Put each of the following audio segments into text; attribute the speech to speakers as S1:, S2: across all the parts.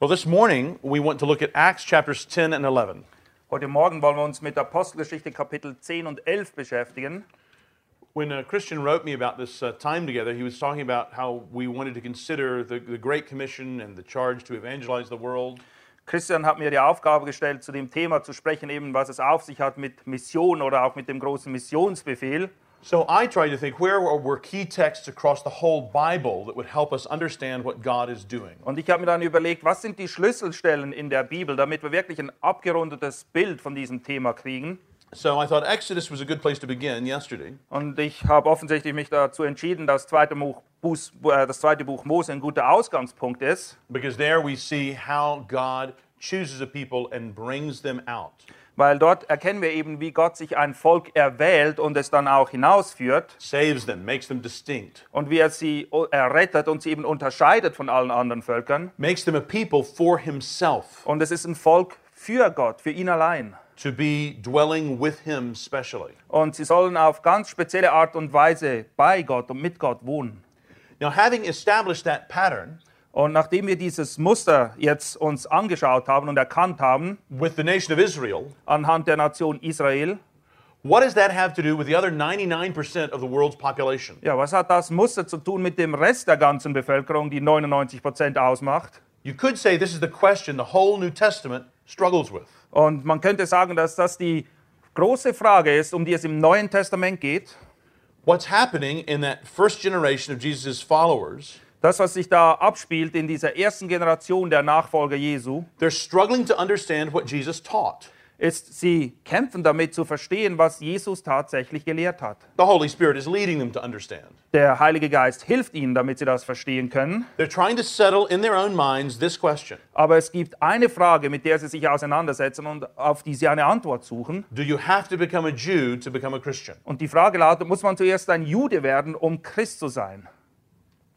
S1: Well, this morning we want to look at Acts chapters 10 and 11.
S2: Heute Morgen wollen wir uns mit Apostelgeschichte Kapitel 10 und 11 beschäftigen.
S1: When uh, Christian wrote me about this uh, time together, he was talking about how we wanted to consider the, the Great Commission and the charge to evangelize the world.
S2: Christian hat mir die Aufgabe gestellt, zu dem Thema zu sprechen, eben was es auf sich hat mit Mission oder auch mit dem großen Missionsbefehl.
S1: So I tried to think where were, were key texts across the whole Bible that would help us understand what God is doing.
S2: Und ich habe mir dann überlegt, was sind die Schlüsselstellen in der Bibel, damit wir wirklich ein abgerundetes Bild von diesem Thema kriegen.
S1: So I thought Exodus was a good place to begin yesterday.
S2: Und ich habe offensichtlich mich dazu entschieden, dass zweite Buch, Buß, äh, das zweite Buch Mose ein guter Ausgangspunkt ist,
S1: Because there we see how God chooses a people and brings them out.
S2: weil dort erkennen wir eben, wie Gott sich ein Volk erwählt und es dann auch hinausführt
S1: saves them, makes them distinct,
S2: und wie er sie o- errettet und sie eben unterscheidet von allen anderen Völkern.
S1: makes them a people for himself,
S2: Und es ist ein Volk für Gott, für ihn allein.
S1: to be dwelling with him specially.
S2: Und sie sollen auf ganz spezielle Art und Weise bei Gott und mit Gott wohnen.
S1: Now, having established that pattern
S2: Und nachdem wir dieses Muster jetzt uns angeschaut haben und erkannt haben,
S1: with the nation of Israel,
S2: anhand der Nation Israel,
S1: what does that have to do with the other 99% of the world's population?
S2: ja, was hat das Muster zu tun mit dem Rest der ganzen Bevölkerung, die 99 Prozent ausmacht?
S1: You could say this is the question the whole New Testament struggles with.
S2: Und man könnte sagen, dass das die große Frage ist, um die es im Neuen Testament geht.
S1: What's happening in that first generation of Jesus' followers?
S2: Das, was sich da abspielt in dieser ersten Generation der Nachfolger Jesu,
S1: They're struggling to understand what Jesus taught.
S2: ist, sie kämpfen damit zu verstehen, was Jesus tatsächlich gelehrt hat.
S1: The Holy Spirit is leading them to understand.
S2: Der Heilige Geist hilft ihnen, damit sie das verstehen können.
S1: They're trying to settle in their own minds this question
S2: Aber es gibt eine Frage, mit der sie sich auseinandersetzen und auf die sie eine Antwort suchen.
S1: Do you have to become a Jew to become a Christian?
S2: Und die Frage lautet, muss man zuerst ein Jude werden, um Christ zu sein?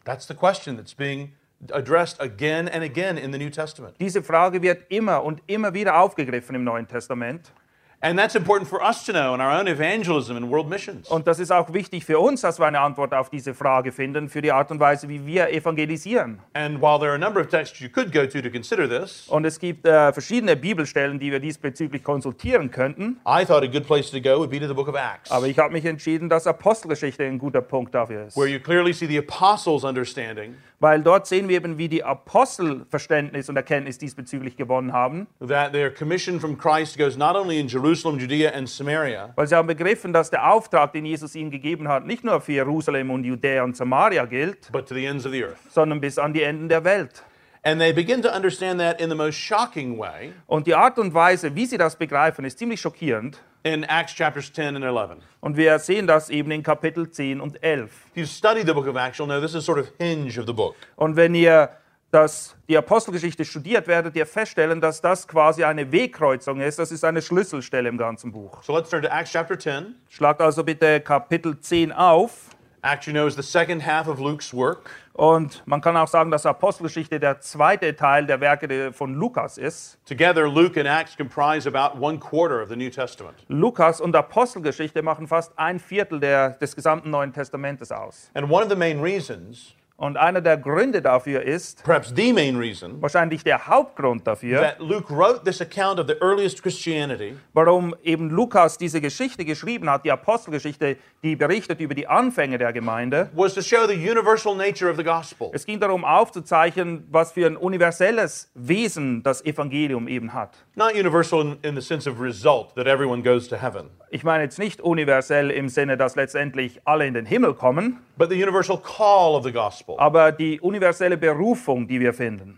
S1: That's the question that's being addressed again and again in the New Testament.
S2: Diese Frage wird immer und immer wieder aufgegriffen im Neuen Testament.
S1: And that's important for us to know in our own evangelism and world missions.
S2: Und das ist auch wichtig für uns, dass wir eine Antwort auf diese Frage finden, für die Art und Weise, wie wir evangelisieren.
S1: And while there are a number of texts you could go to to consider this,
S2: Und es gibt äh, verschiedene Bibelstellen, die wir diesbezüglich konsultieren könnten.
S1: I thought a good place to go would be to the book of Acts,
S2: Aber ich habe mich entschieden, dass Apostelgeschichte ein guter Punkt dafür ist.
S1: where you clearly see the apostles' understanding
S2: Weil dort sehen wir eben, wie die Apostel Verständnis und Erkenntnis diesbezüglich gewonnen haben.
S1: that their commission from Christ goes not only in Jerusalem, Judea, and Samaria,
S2: Weil sie haben begriffen, dass der Auftrag, den Jesus ihnen gegeben hat, nicht nur für Jerusalem und Judäa und Samaria gilt,
S1: but to the ends of the earth.
S2: sondern bis an die Enden der Welt.
S1: And they begin to understand that in the most shocking way
S2: Und die Art und Weise, wie sie das begreifen, ist ziemlich schockierend.
S1: in Acts chapters 10 and 11.
S2: Und wir sehen das eben in Kapitel 10 und 11.
S1: If you study the book of Acts, you'll know this is sort of hinge of the book.
S2: Und wenn ihr das, die Apostelgeschichte studiert, werdet ihr feststellen, dass das quasi eine Wegkreuzung ist. Das ist eine Schlüsselstelle im ganzen Buch.
S1: So let's turn to Acts chapter 10.
S2: Schlagt also bitte Kapitel 10 auf.
S1: Acts, you know, is the second half of Luke's work.
S2: Und man kann auch sagen, dass Apostelgeschichte der zweite Teil der Werke de- von Lukas ist.
S1: Together, Luke and Acts comprise about one quarter of the New Testament.
S2: Lukas und Apostelgeschichte machen fast ein Viertel der, des gesamten Neuen Testamentes aus.
S1: And one of the main reasons,
S2: Und einer der Gründe dafür ist,
S1: perhaps the main reason,
S2: wahrscheinlich der Hauptgrund dafür,
S1: that Luke wrote this account of the earliest Christianity
S2: warum eben Lukas diese Geschichte geschrieben hat, die Apostelgeschichte, die berichtet über die Anfänge der Gemeinde.
S1: was to show the universal nature of the gospel.
S2: Es ging darum aufzuzeichnen, was für ein universelles Wesen das Evangelium eben hat.
S1: Not universal in, in the sense of result, that everyone goes to heaven,
S2: Ich meine jetzt nicht universell im Sinne, dass letztendlich alle in den Himmel kommen,
S1: but the universal call of the gospel.
S2: aber die universelle Berufung, die wir finden.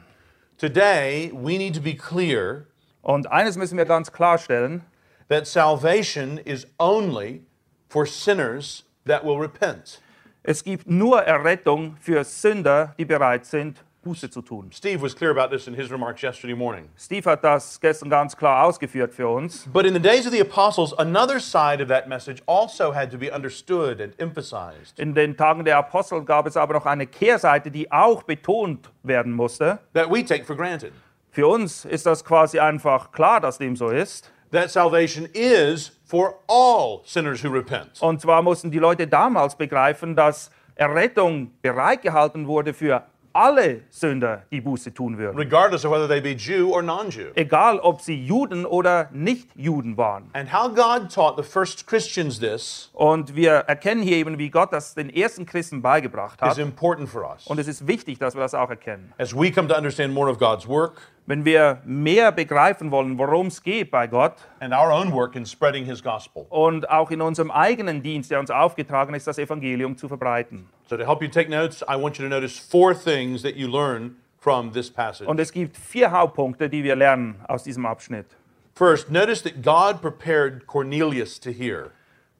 S1: Today, we need to be clear
S2: Und eines müssen wir ganz klarstellen,
S1: that salvation is only for sinners that will repent.
S2: es gibt nur Errettung für Sünder, die bereit sind, Buße zu tun.
S1: Steve was clear about this in his remarks yesterday morning.
S2: Steve hat das gestern ganz klar ausgeführt für uns.
S1: But in the days of the apostles, another side of that message also had to be understood and emphasized
S2: In den Tagen der Apostel gab es aber noch eine Kehrseite, die auch betont werden musste.
S1: that we take for granted.
S2: Für uns ist das quasi einfach klar, dass dem so ist.
S1: That salvation is for all sinners who repent.
S2: Und zwar mussten die Leute damals begreifen, dass Errettung bereitgehalten wurde für alle Sünder, die Buße tun würden.
S1: regardless of whether they be Jew or non Jew.
S2: Egal, ob sie Juden oder Nicht-Juden waren.
S1: And how God taught the first Christians this
S2: Und wir erkennen hier eben, wie Gott das den ersten Christen beigebracht
S1: is
S2: hat.
S1: important for us.
S2: Und es ist wichtig, dass wir das auch erkennen.
S1: As we come to understand more of God's work
S2: Wenn wir mehr begreifen wollen, worum es geht bei Gott
S1: and our own work in spreading his gospel.
S2: und auch in unserem eigenen Dienst, der uns aufgetragen ist, das Evangelium zu verbreiten.
S1: So, to help you take notes, I want you to notice four things that you learn from this passage.
S2: Und es gibt vier Hauptpunkte, die wir lernen aus diesem Abschnitt.
S1: First, notice that God prepared Cornelius to hear.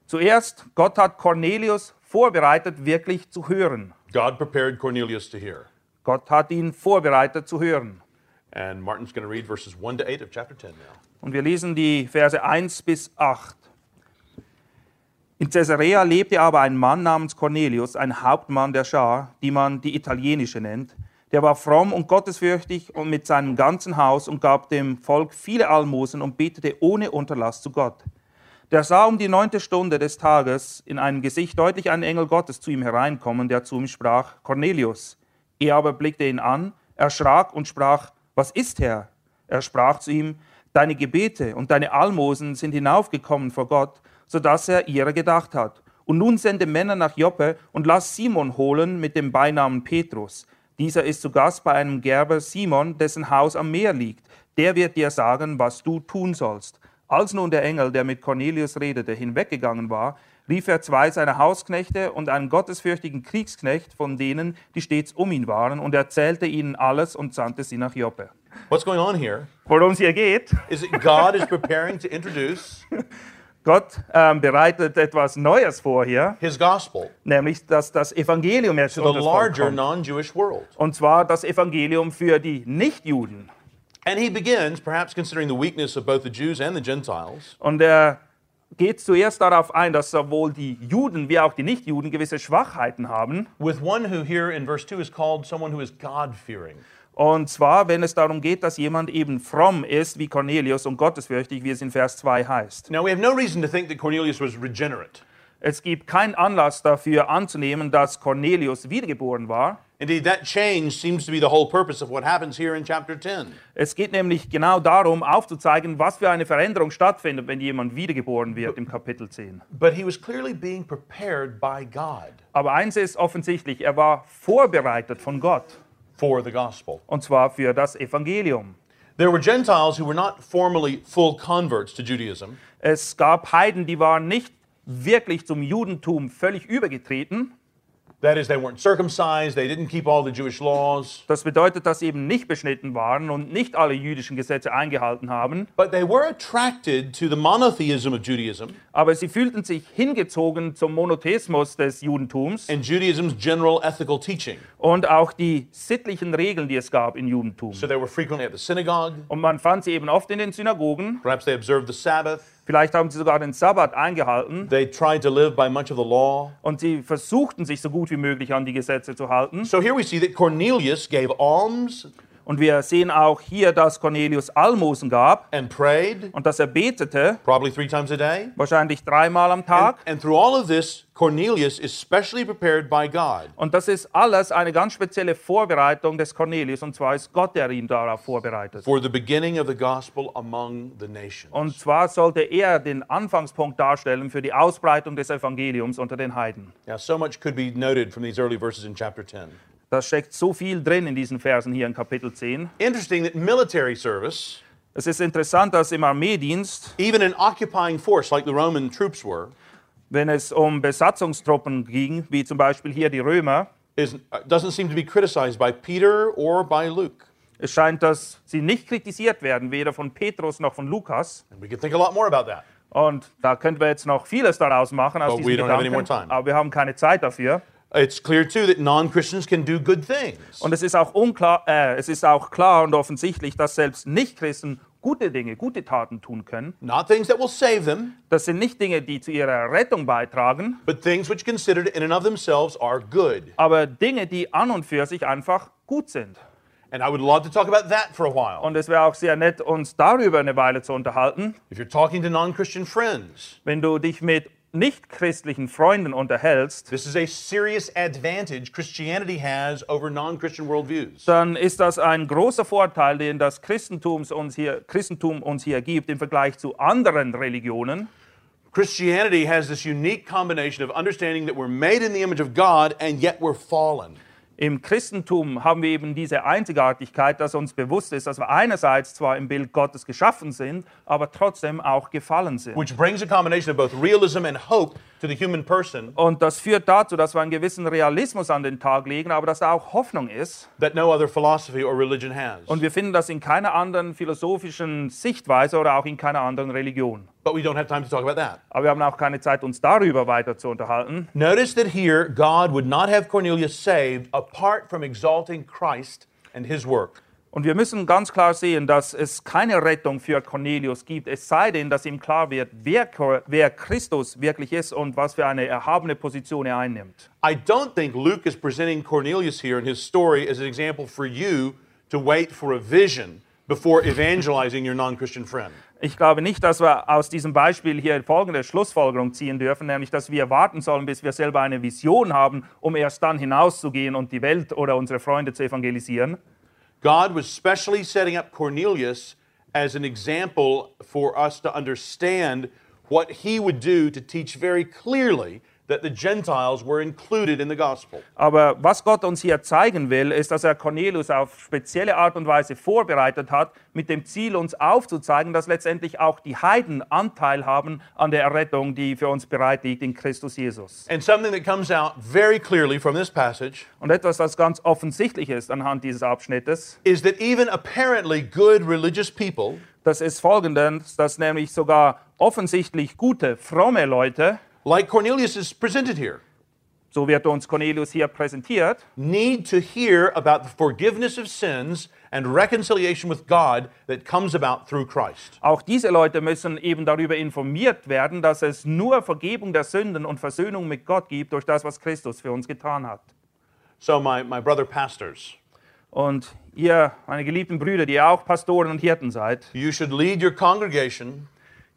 S2: Zuerst, Gott hat Cornelius vorbereitet, wirklich zu hören.
S1: God prepared Cornelius to hear.
S2: Gott hat ihn vorbereitet zu hören.
S1: And Martin's going to read verses 1 to 8 of chapter 10 now.
S2: Und wir lesen die Verse 1 bis 8. In Caesarea lebte aber ein Mann namens Cornelius, ein Hauptmann der Schar, die man die italienische nennt. Der war fromm und gottesfürchtig und mit seinem ganzen Haus und gab dem Volk viele Almosen und betete ohne Unterlass zu Gott. Der sah um die neunte Stunde des Tages in einem Gesicht deutlich einen Engel Gottes zu ihm hereinkommen, der zu ihm sprach, Cornelius. Er aber blickte ihn an, erschrak und sprach, was ist Herr? Er sprach zu ihm, deine Gebete und deine Almosen sind hinaufgekommen vor Gott, so dass er ihrer gedacht hat. Und nun sende Männer nach Joppe und lass Simon holen mit dem Beinamen Petrus. Dieser ist zu Gast bei einem Gerber Simon, dessen Haus am Meer liegt. Der wird dir sagen, was du tun sollst. Als nun der Engel, der mit Cornelius redete, hinweggegangen war, rief er zwei seiner Hausknechte und einen gottesfürchtigen Kriegsknecht von denen, die stets um ihn waren, und erzählte ihnen alles und sandte sie nach Joppe.
S1: What's going on here
S2: Worum es hier geht,
S1: is that God is preparing to introduce
S2: Gott ähm, bereitet etwas Neues vor hier,
S1: his gospel
S2: nämlich dass das Evangelium jetzt
S1: to the
S2: unter das Volk
S1: larger
S2: kommt.
S1: non Jewish world.
S2: Und zwar das Evangelium für die Nichtjuden.
S1: And he begins, perhaps considering the weakness of both the Jews and the Gentiles,
S2: Und er geht zuerst darauf ein, dass sowohl die Juden wie auch die Nichtjuden gewisse Schwachheiten haben.
S1: with one who here in verse 2 is called someone who is God fearing.
S2: Und zwar, wenn es darum geht, dass jemand eben fromm ist wie Cornelius und gottesfürchtig, wie es in Vers 2 heißt.
S1: Now, we have no reason to think that Cornelius was regenerate.
S2: Es gibt keinen Anlass dafür anzunehmen, dass Cornelius wiedergeboren war.
S1: Indeed, that change seems to be the whole purpose of what happens here in chapter 10.
S2: Es geht nämlich genau darum, aufzuzeigen, was für eine Veränderung stattfindet, wenn jemand wiedergeboren wird im Kapitel 10.
S1: But he was clearly being prepared by God
S2: Aber eins ist offensichtlich, er war vorbereitet von Gott,
S1: for the gospel.
S2: und zwar für das Evangelium.
S1: There were Gentiles who were not formally full converts to Judaism,
S2: Es gab Heiden, die waren nicht wirklich zum Judentum völlig übergetreten.
S1: that is, they weren't circumcised, they didn't keep all the Jewish laws,
S2: Das bedeutet, dass sie eben nicht beschnitten waren und nicht alle jüdischen Gesetze eingehalten haben,
S1: but they were attracted to the monotheism of Judaism
S2: aber sie fühlten sich hingezogen zum Monotheismus des Judentums
S1: and Judaism's general ethical teaching.
S2: und auch die sittlichen Regeln, die es gab im Judentum.
S1: So they were frequently at the synagogue,
S2: Und man fand sie eben oft in den Synagogen,
S1: perhaps they observed the Sabbath,
S2: vielleicht haben sie sogar den Sabbat eingehalten
S1: they tried to live by much of the law.
S2: und sie versuchten sich so gut wie möglich an die Gesetze zu halten.
S1: So here we see that Cornelius gave alms
S2: Und wir sehen auch hier, dass Cornelius Almosen gab
S1: and prayed,
S2: und dass er betete,
S1: probably three times a day.
S2: wahrscheinlich dreimal am Tag.
S1: And through all of this, Cornelius is specially prepared by God.
S2: Und das ist alles eine ganz spezielle Vorbereitung des Cornelius, und zwar ist Gott, der ihn darauf vorbereitet.
S1: for the beginning of the gospel among the nations.
S2: Und zwar sollte er den Anfangspunkt darstellen für die Ausbreitung des Evangeliums unter den Heiden.
S1: Now, so much could be noted from these early verses in chapter 10.
S2: Da steckt so viel drin in diesen Versen hier in Kapitel 10.
S1: Interesting that military service,
S2: Es ist interessant, dass im Armeedienst,
S1: even an occupying force like the Roman troops were,
S2: wenn es um Besatzungstruppen ging, wie zum Beispiel hier die Römer,
S1: is, uh, doesn't seem to be criticized by Peter or by Luke.
S2: es scheint, dass sie nicht kritisiert werden, weder von Petrus noch von Lukas.
S1: And we could think a lot more about that.
S2: Und da könnten wir jetzt noch vieles daraus machen aus
S1: But we
S2: diesen
S1: don't have any more
S2: Gedanken,
S1: time.
S2: aber wir haben keine Zeit dafür.
S1: It's clear, too, that non Christians can do good things.
S2: Und es ist auch unklar, äh, es ist auch klar und offensichtlich, dass selbst Nichtchristen gute Dinge, gute Taten tun können.
S1: Not things that will save them,
S2: Das sind nicht Dinge, die zu ihrer Rettung beitragen,
S1: but things which, considered in and of themselves, are good.
S2: aber Dinge, die an und für sich einfach gut sind.
S1: And I would love to talk about that for a while.
S2: Und es wäre auch sehr nett, uns darüber eine Weile zu unterhalten.
S1: If you're talking to non Christian friends,
S2: Wenn du dich mit nichtchristlichen Freunden unterhältst,
S1: This is a serious advantage Christianity has over non Christian worldviews.
S2: dann ist das ein großer Vorteil, den das Christentums uns hier, Christentum uns hier gibt im Vergleich zu anderen Religionen.
S1: Christianity has this unique combination of understanding that we're made in the image of God and yet we're fallen.
S2: Im Christentum haben wir eben diese Einzigartigkeit, dass uns bewusst ist, dass wir einerseits zwar im Bild Gottes geschaffen sind, aber trotzdem auch gefallen sind.
S1: which brings a combination of both realism and hope to the human person
S2: Und das führt dazu, dass wir einen gewissen Realismus an den Tag legen, aber dass da auch Hoffnung ist.
S1: that no other philosophy or religion has.
S2: Und wir finden das in keiner anderen philosophischen Sichtweise oder auch in keiner anderen Religion.
S1: But we don't have time to talk about that.
S2: Aber wir haben auch keine Zeit, uns darüber weiter zu unterhalten.
S1: Notice that here, God would not have Cornelius saved apart from exalting Christ and his work.
S2: Und wir müssen ganz klar sehen, dass es keine Rettung für Cornelius gibt, es sei denn, dass ihm klar wird, wer, Cor- wer Christus wirklich ist und was für eine erhabene Position er einnimmt.
S1: I don't think Luke is presenting Cornelius here in his story as an example for you to wait for a vision before evangelizing your non Christian friend.
S2: Ich glaube nicht, dass wir aus diesem Beispiel hier folgende Schlussfolgerung ziehen dürfen, nämlich dass wir warten sollen, bis wir selber eine Vision haben, um erst dann hinauszugehen und die Welt oder unsere Freunde zu evangelisieren.
S1: God was specially setting up Cornelius as an example for us to understand what he would do to teach very clearly that the Gentiles were included in the gospel.
S2: Aber was Gott uns hier zeigen will, ist, dass er Cornelius auf spezielle Art und Weise vorbereitet hat, mit dem Ziel, uns aufzuzeigen, dass letztendlich auch die Heiden Anteil haben an der Errettung, die für uns bereit liegt in Christus Jesus.
S1: And something that comes out very clearly from this passage
S2: Und etwas, das ganz offensichtlich ist anhand dieses Abschnittes,
S1: is that even apparently good religious people
S2: das ist folgendes, dass nämlich sogar offensichtlich gute, fromme Leute,
S1: like Cornelius is presented here
S2: so wird uns Cornelius hier präsentiert,
S1: need to hear about the forgiveness of sins and reconciliation with God that comes about through Christ.
S2: Auch diese Leute müssen eben darüber informiert werden, dass es nur Vergebung der Sünden und Versöhnung mit Gott gibt durch das, was Christus für uns getan hat.
S1: So my my brother pastors
S2: Und ihr, meine geliebten Brüder, die ihr auch Pastoren und Hirten seid,
S1: You should lead your congregation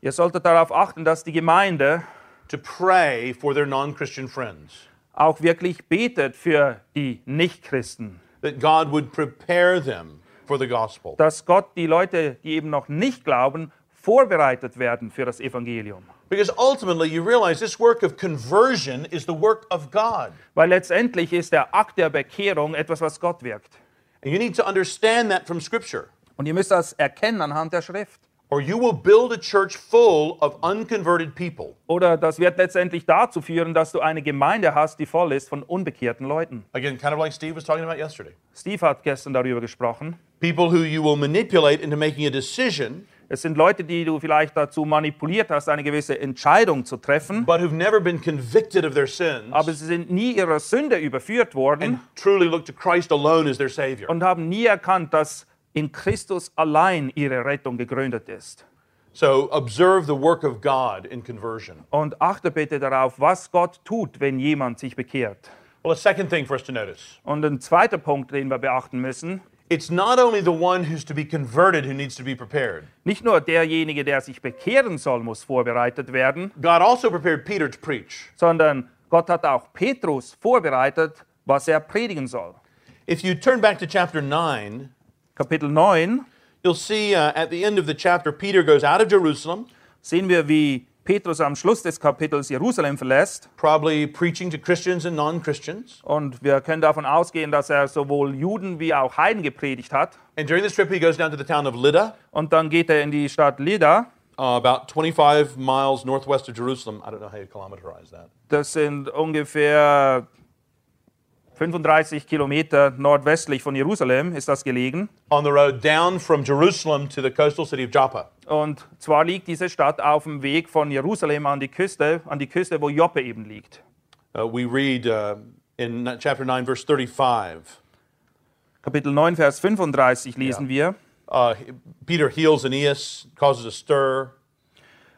S2: ihr solltet darauf achten, dass die Gemeinde
S1: to pray for their non Christian friends,
S2: auch wirklich betet für die Nichtchristen,
S1: that God would prepare them for the gospel.
S2: dass Gott die Leute, die eben noch nicht glauben, vorbereitet werden für das Evangelium.
S1: Because ultimately, you realize this work of conversion is the work of God.
S2: Weil letztendlich ist der Akt der Bekehrung etwas, was Gott wirkt.
S1: And you need to understand that from Scripture,
S2: Und ihr müsst das erkennen anhand der Schrift.
S1: or you will build a church full of unconverted people.
S2: Oder das wird letztendlich dazu führen, dass du eine Gemeinde hast, die voll ist von unbekehrten Leuten.
S1: Again, kind of like Steve was talking about yesterday.
S2: Steve hat gestern darüber gesprochen.
S1: People who you will manipulate into making a decision,
S2: Es sind Leute, die du vielleicht dazu manipuliert hast, eine gewisse Entscheidung zu treffen,
S1: but who've never been convicted of their sins
S2: aber sie sind nie ihrer Sünde
S1: and
S2: überführt worden
S1: truly look to Christ alone as their Savior.
S2: und haben nie erkannt, dass in Christus allein ihre Rettung gegründet ist.
S1: So observe the work of God in conversion.
S2: Und achte bitte darauf, was Gott tut, wenn jemand sich bekehrt.
S1: Well, a second thing for us to notice
S2: Und ein zweiter Punkt, den wir beachten müssen,
S1: it's not only the one who's to be converted who needs to be prepared.
S2: nicht nur derjenige, der sich bekehren soll, muss vorbereitet werden,
S1: God also prepared Peter to preach.
S2: sondern Gott hat auch Petrus vorbereitet, was er predigen soll.
S1: If you turn back to chapter 9,
S2: Kapitel 9
S1: you'll see uh, at the end of the chapter, Peter goes out of Jerusalem,
S2: sehen wir, wie Petrus am Schluss des Kapitels Jerusalem verlässt.
S1: probably preaching to Christians and non Christians.
S2: Und wir können davon ausgehen, dass er sowohl Juden wie auch Heiden gepredigt hat.
S1: And during this trip, he goes down to the town of Lydda,
S2: Und dann geht er in die Stadt Leda.
S1: uh, about 25 miles northwest of Jerusalem. I don't know how you kilometerize that.
S2: Das sind ungefähr 35 Kilometer nordwestlich von Jerusalem ist das gelegen.
S1: On the road down from Jerusalem to the coastal city of Joppa.
S2: Und zwar liegt diese Stadt auf dem Weg von Jerusalem an die Küste, an die Küste, wo Joppe eben liegt.
S1: Uh, we read uh, in chapter 9, verse 35.
S2: Kapitel 9, Vers 35 lesen wir.
S1: Uh, Peter heals Aeneas, causes a stir.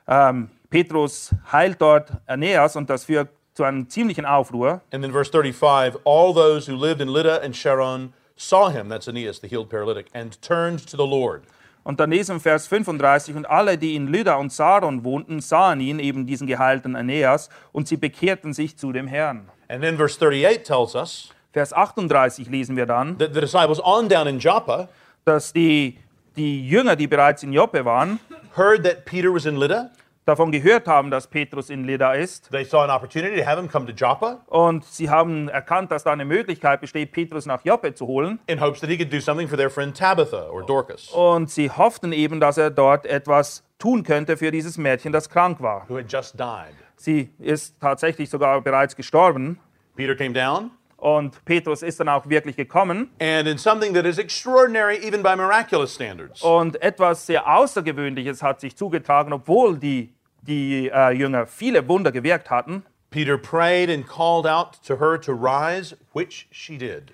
S2: Ähm, Petrus heilt dort Aeneas und das führt zu einem ziemlichen Aufruhr.
S1: And then verse 35 all those who lived in Lydda and Sharon saw him, that's Aeneas, the healed paralytic, and turned to the Lord.
S2: Und dann lesen wir Vers 35, und alle, die in Lydda und Saron wohnten, sahen ihn, eben diesen geheilten Aeneas, und sie bekehrten sich zu dem Herrn.
S1: And then verse 38 tells us
S2: Vers 38 lesen wir dann,
S1: that the disciples on down in Joppa
S2: dass die, die Jünger, die bereits in Joppe waren,
S1: heard that Peter was in Lydda.
S2: davon gehört haben, dass Petrus in Lydda ist.
S1: They saw an opportunity to have him come to Joppa
S2: Und sie haben erkannt, dass da eine Möglichkeit besteht, Petrus nach Joppe zu holen.
S1: in hopes that he could do something for their friend Tabitha or Dorcas,
S2: Und sie hofften eben, dass er dort etwas tun könnte für dieses Mädchen, das krank war.
S1: who had just died.
S2: Sie ist tatsächlich sogar bereits gestorben.
S1: Peter came down,
S2: Und Petrus ist dann auch wirklich gekommen.
S1: and in something that is extraordinary even by miraculous standards,
S2: Und etwas sehr Außergewöhnliches hat sich zugetragen, obwohl die, die äh, Jünger viele Wunder gewirkt hatten.
S1: Peter prayed and called out to her to rise, which she did.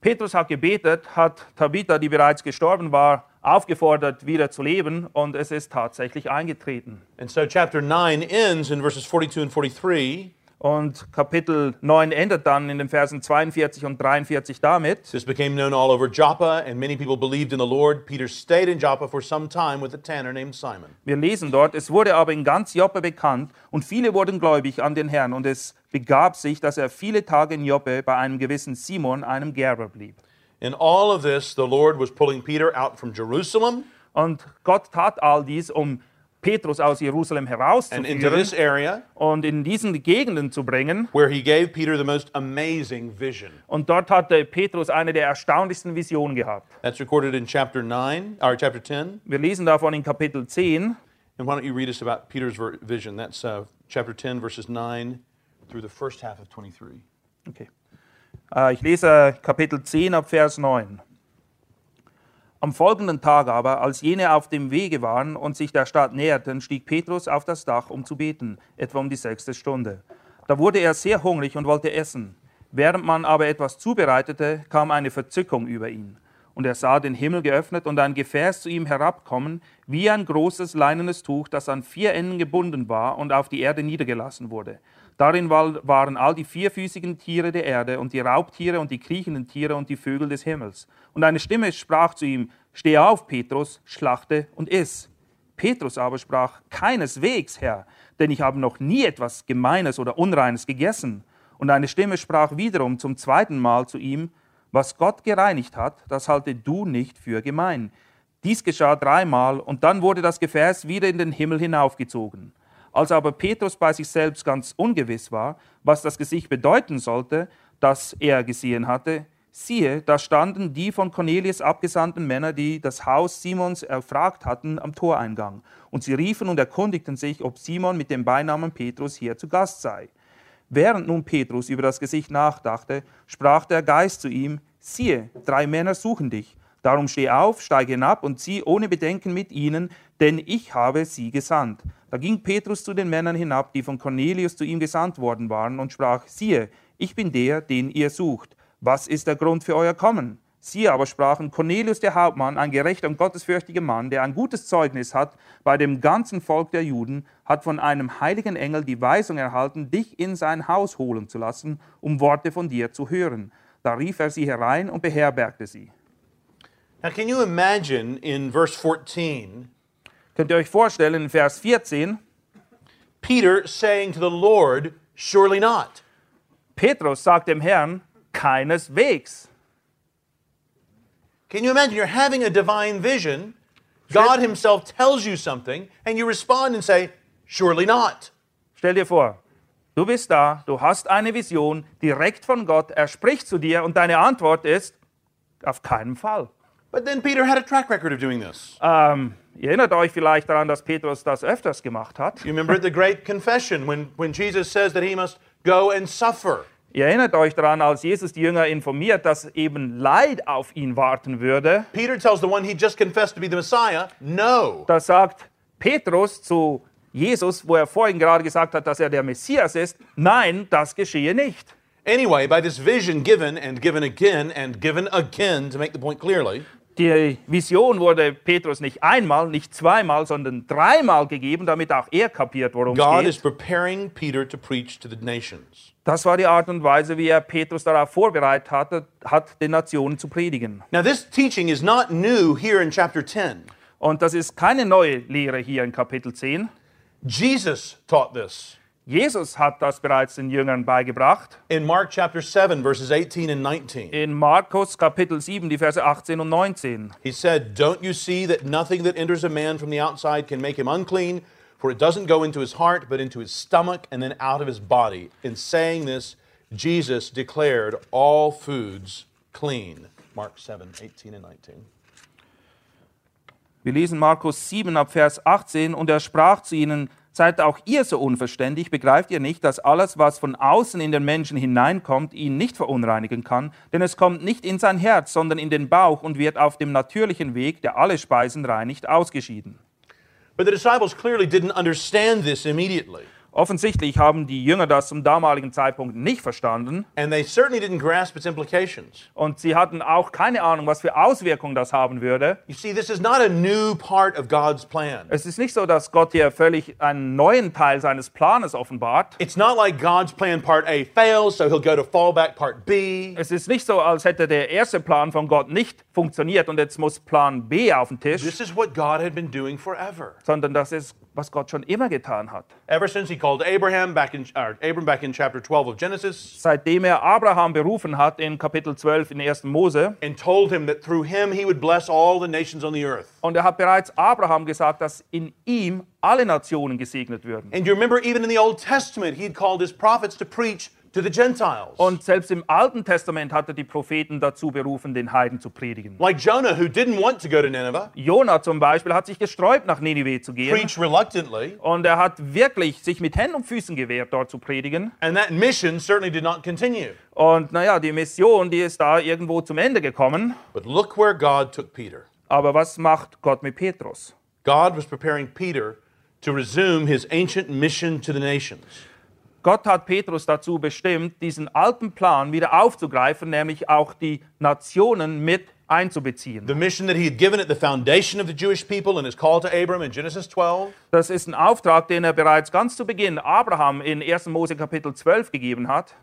S2: Petrus hat gebetet, hat Tabitha, die bereits gestorben war, aufgefordert, wieder zu leben. Und es ist tatsächlich eingetreten.
S1: And so chapter 9 ends in verses 42 and 43.
S2: Und Kapitel 9 endet dann in den Versen 42 und 43 damit.
S1: This became known all over Joppa, and many people believed in the Lord. Peter stayed in Joppa for some time with a tanner named Simon.
S2: Wir lesen dort, es wurde aber in ganz Joppe bekannt und viele wurden gläubig an den Herrn. Und es begab sich, dass er viele Tage in Joppe bei einem gewissen Simon, einem Gerber, blieb.
S1: In all of this, the Lord was pulling Peter out from Jerusalem
S2: Und Gott tat all dies, um Petrus aus Jerusalem
S1: and into this
S2: herauszuführen
S1: area
S2: und in diesen Gegenden zu bringen.
S1: where he gave Peter the most amazing vision.
S2: Und dort hatte Petrus eine der erstaunlichsten Visionen gehabt.
S1: That's recorded in chapter 9, or chapter 10.
S2: Wir lesen davon in Kapitel 10.
S1: And why don't you read us about Peter's ver- vision? That's uh, chapter 10, verses 9 through the first half of 23.
S2: Okay. Äh, Ich lese Kapitel 10 ab Vers 9. Am folgenden Tag aber, als jene auf dem Wege waren und sich der Stadt näherten, stieg Petrus auf das Dach, um zu beten, etwa um die sechste Stunde. Da wurde er sehr hungrig und wollte essen. Während man aber etwas zubereitete, kam eine Verzückung über ihn. Und er sah den Himmel geöffnet und ein Gefäß zu ihm herabkommen, wie ein großes leinenes Tuch, das an vier Enden gebunden war und auf die Erde niedergelassen wurde. Darin war- waren all die vierfüßigen Tiere der Erde und die Raubtiere und die kriechenden Tiere und die Vögel des Himmels. Und eine Stimme sprach zu ihm, Steh auf, Petrus, schlachte und iss. Petrus aber sprach, Keineswegs, Herr, denn ich habe noch nie etwas Gemeines oder Unreines gegessen. Und eine Stimme sprach wiederum zum zweiten Mal zu ihm, was Gott gereinigt hat, das halte du nicht für gemein. Dies geschah dreimal, und dann wurde das Gefäß wieder in den Himmel hinaufgezogen. Als aber Petrus bei sich selbst ganz ungewiss war, was das Gesicht bedeuten sollte, das er gesehen hatte, siehe, da standen die von Cornelius abgesandten Männer, die das Haus Simons erfragt hatten, am Toreingang. Und sie riefen und erkundigten sich, ob Simon mit dem Beinamen Petrus hier zu Gast sei. Während nun Petrus über das Gesicht nachdachte, sprach der Geist zu ihm, siehe, drei Männer suchen dich. Darum steh auf, steige hinab und zieh ohne Bedenken mit ihnen, denn ich habe sie gesandt. Da ging Petrus zu den Männern hinab, die von Cornelius zu ihm gesandt worden waren, und sprach, siehe, ich bin der, den ihr sucht. Was ist der Grund für euer Kommen? Sie aber sprachen, Cornelius der Hauptmann, ein gerechter und gottesfürchtiger Mann, der ein gutes Zeugnis hat bei dem ganzen Volk der Juden, hat von einem heiligen Engel die Weisung erhalten, dich in sein Haus holen zu lassen, um Worte von dir zu hören. Da rief er sie herein und beherbergte sie.
S1: Now, can you imagine in verse 14
S2: Könnt ihr euch vorstellen, in Vers 14,
S1: Peter saying to the Lord, Surely not.
S2: Petrus sagt dem Herrn, keineswegs.
S1: Can you imagine? You're having a divine vision. God Himself tells you something, and you respond and say, Surely not.
S2: Stell dir vor, du bist da, du hast eine Vision direkt von Gott, er spricht zu dir und deine Antwort ist, auf keinen Fall.
S1: But then Peter had a track record of doing this.
S2: Ähm, ihr erinnert euch vielleicht daran, dass Petrus das öfters gemacht hat.
S1: You remember at the Great Confession when, when Jesus says that He must go and suffer.
S2: Ihr erinnert euch daran, als Jesus die Jünger informiert, dass eben Leid auf ihn warten würde.
S1: Peter tells the one he just confessed to be the Messiah, No.
S2: Da sagt Petrus zu Jesus, wo er vorhin gerade gesagt hat, dass er der Messias ist, nein, das geschehe nicht.
S1: Anyway, by this vision given and given again and given again, to make the point clearly,
S2: Die Vision wurde Petrus nicht einmal, nicht zweimal, sondern dreimal gegeben, damit auch er kapiert, worum es
S1: God is
S2: geht.
S1: preparing Peter to preach to the nations.
S2: Das war die Art und Weise, wie er Petrus darauf vorbereitet hatte, hat, den Nationen zu predigen.
S1: Now, this teaching is not new here in chapter 10.
S2: Und das ist keine neue Lehre hier in Kapitel 10.
S1: Jesus taught this.
S2: Jesus hat das bereits den Jüngern beigebracht.
S1: In Mark chapter 7, verses 18 and 19,
S2: In Markus Kapitel 7, die Verse 18 und 19.
S1: he said, Don't you see that nothing that enters a man from the outside can make him unclean? For it doesn't go into his heart, but into his stomach and then out of his body. In saying this, Jesus declared all foods clean. Mark 7, 18 and 19.
S2: Wir lesen Markus 7 ab Vers 18 und er sprach zu ihnen, seid auch ihr so unverständig, begreift ihr nicht, dass alles, was von außen in den Menschen hineinkommt, ihn nicht verunreinigen kann, denn es kommt nicht in sein Herz, sondern in den Bauch und wird auf dem natürlichen Weg, der alle Speisen reinigt, ausgeschieden.
S1: But the disciples clearly didn't understand this immediately.
S2: Offensichtlich haben die Jünger das zum damaligen Zeitpunkt nicht verstanden
S1: And they certainly didn't grasp its implications.
S2: und sie hatten auch keine Ahnung, was für Auswirkungen das haben würde.
S1: You see, this is not a new part of God's plan.
S2: Es ist nicht so, dass Gott hier völlig einen neuen Teil seines Planes offenbart.
S1: It's not like God's plan part A fails, so he'll go to fallback part B.
S2: Es ist nicht so, als hätte der erste Plan von Gott nicht funktioniert und jetzt muss Plan B auf den Tisch,
S1: This is what God had been doing forever.
S2: sondern das ist, was Gott schon immer getan hat.
S1: Ever since he called Abraham back in or Abram back in chapter 12 of Genesis
S2: Seitdem er Abraham berufen hat in Kapitel 12 in 1. Mose,
S1: and told him that through him he would bless all the nations on the earth.
S2: und er hat bereits Abraham gesagt, dass in ihm alle Nationen gesegnet würden.
S1: And you remember even in the Old Testament he had called his prophets to preach to the Gentiles.
S2: Und selbst im Alten Testament hat er die Propheten dazu berufen, den Heiden zu predigen.
S1: like Jonah who didn't want to go to Nineveh,
S2: Jona zum Beispiel hat sich gesträubt, nach Ninive zu gehen.
S1: preached reluctantly,
S2: Und er hat wirklich sich mit Händen und Füßen gewehrt, dort zu predigen.
S1: and that mission certainly did not continue.
S2: Und naja, die Mission, die ist da irgendwo zum Ende gekommen.
S1: But look where God took Peter.
S2: Aber was macht Gott mit Petrus?
S1: God was preparing Peter to resume his ancient mission to the nations.
S2: Gott hat Petrus dazu bestimmt, diesen alten Plan wieder aufzugreifen, nämlich auch die Nationen mit einzubeziehen.
S1: The mission that he had given at the foundation of the Jewish people in his call to Abram in Genesis 12,
S2: Das ist ein Auftrag, den er bereits ganz zu Beginn Abraham in 1. Mose Kapitel 12 gegeben hat.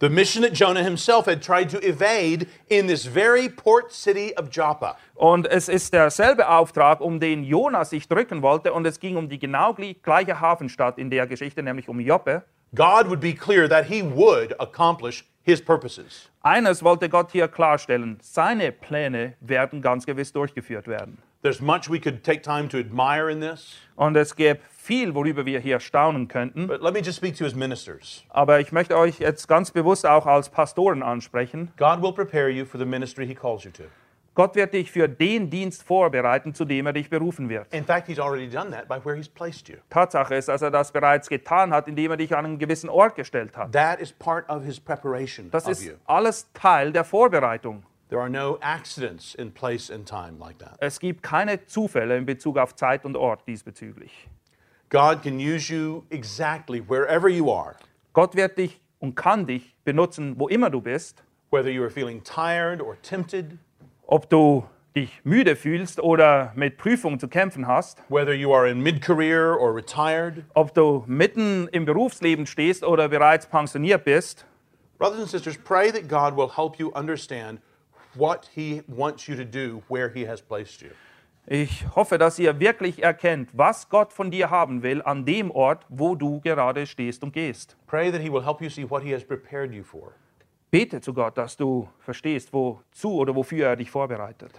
S1: the mission that Jonah himself had tried to evade in this very port city of Joppa.
S2: Und es ist derselbe Auftrag, um den Jonas sich drücken wollte. Und es ging um die genau gli- gleiche Hafenstadt in der Geschichte, nämlich um Joppe.
S1: God would be clear that he would accomplish his purposes.
S2: Eines wollte Gott hier klarstellen. Seine Pläne werden ganz gewiss durchgeführt werden.
S1: There's much we could take time to admire in this,
S2: Und es gäbe viel, worüber wir hier staunen könnten.
S1: but let me just speak to his ministers.
S2: Aber ich möchte euch jetzt ganz bewusst auch als Pastoren ansprechen.
S1: God will prepare you for the ministry he calls you to.
S2: Gott wird dich für den Dienst vorbereiten, zu dem er dich berufen wird.
S1: In fact, he's already done that by where he's placed you.
S2: Tatsache ist, dass er das bereits getan hat, indem er dich an einen gewissen Ort gestellt hat.
S1: That is part of his preparation
S2: Das
S1: of
S2: ist
S1: you.
S2: alles Teil der Vorbereitung.
S1: There are no accidents in place and time like that.
S2: Es gibt keine Zufälle in Bezug auf Zeit und Ort diesbezüglich.
S1: God can use you exactly wherever you are,
S2: Gott wird dich und kann dich benutzen, wo immer du bist,
S1: whether you are feeling tired or tempted,
S2: ob du dich müde fühlst oder mit Prüfungen zu kämpfen hast,
S1: whether you are in mid career or retired.
S2: ob du mitten im Berufsleben stehst oder bereits pensioniert bist.
S1: Brothers and sisters, pray that God will help you understand what He wants you to do where He has placed you.
S2: Ich hoffe, dass ihr wirklich erkennt, was Gott von dir haben will an dem Ort, wo du gerade stehst und gehst.
S1: Pray that He will help you see what He has prepared you for.
S2: Bete zu Gott, dass du verstehst, wozu oder wofür er dich vorbereitet.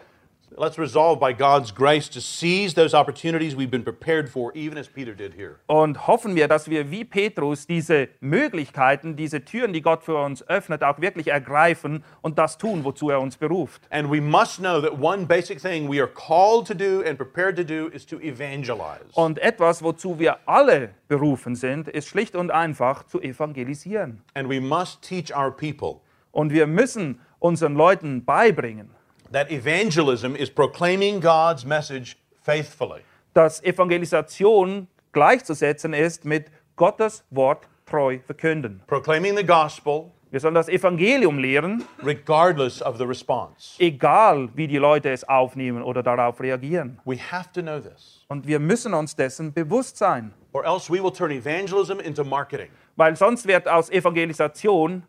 S1: Let's resolve by God's grace to seize those opportunities we've been prepared for, even as Peter did here.
S2: Und hoffen wir, dass wir wie Petrus diese Möglichkeiten, diese Türen, die Gott für uns öffnet, auch wirklich ergreifen und das tun, wozu er uns beruft.
S1: And we must know that one basic thing we are called to do and prepared to do is to evangelize.
S2: Und etwas, wozu wir alle berufen sind, ist schlicht und einfach zu evangelisieren.
S1: And we must teach our people
S2: Und wir müssen unseren Leuten beibringen,
S1: that evangelism is proclaiming God's message faithfully.
S2: dass Evangelisation gleichzusetzen ist mit Gottes Wort treu verkünden.
S1: Proclaiming the gospel
S2: Wir sollen das Evangelium lehren,
S1: regardless of the response.
S2: egal wie die Leute es aufnehmen oder darauf reagieren.
S1: We have to know this,
S2: Und wir müssen uns dessen bewusst sein.
S1: or else we will turn evangelism into marketing.
S2: Weil sonst wird aus Evangelisation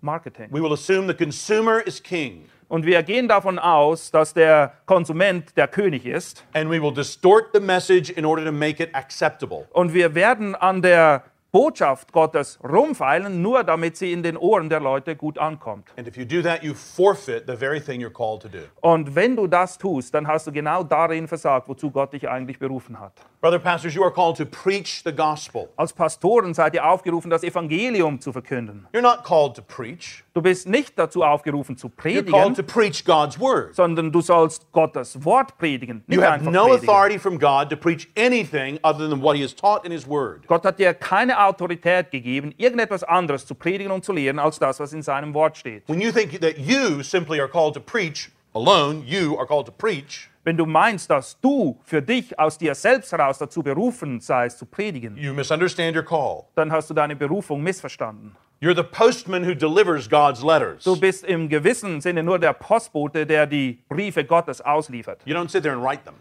S2: Marketing.
S1: We will assume the consumer is king,
S2: Und wir gehen davon aus, dass der Konsument der König ist.
S1: and we will distort the message in order to make it acceptable.
S2: Und wir werden an der Botschaft Gottes rumfeilen, nur damit sie in den Ohren der Leute gut ankommt.
S1: And if you do that, you forfeit the very thing you're called to do.
S2: Und wenn du das tust, dann hast du genau darin versagt, wozu Gott dich eigentlich berufen hat.
S1: Brother pastors, you are called to preach the gospel.
S2: Als Pastoren seid ihr aufgerufen, das Evangelium zu verkünden.
S1: You're not called to preach,
S2: Du bist nicht dazu aufgerufen zu
S1: you're called to
S2: predigen,
S1: preach God's word.
S2: sondern du sollst Gottes Wort predigen. Nicht
S1: You have
S2: einfach
S1: no
S2: predigen.
S1: authority from God to preach anything other than what He has taught in His word.
S2: Gott hat dir keine Autorität gegeben, irgendetwas anderes zu predigen und zu lehren, als das, was in seinem Wort steht.
S1: When you think that you simply are called to preach alone, you are called to preach,
S2: Wenn du meinst, dass du für dich aus dir selbst heraus dazu berufen seist, zu predigen,
S1: you misunderstand your call.
S2: dann hast du deine Berufung missverstanden.
S1: You're the postman who delivers God's letters.
S2: Du bist im gewissen Sinne nur der Postbote, der die Briefe Gottes ausliefert.
S1: You don't sit there and write them.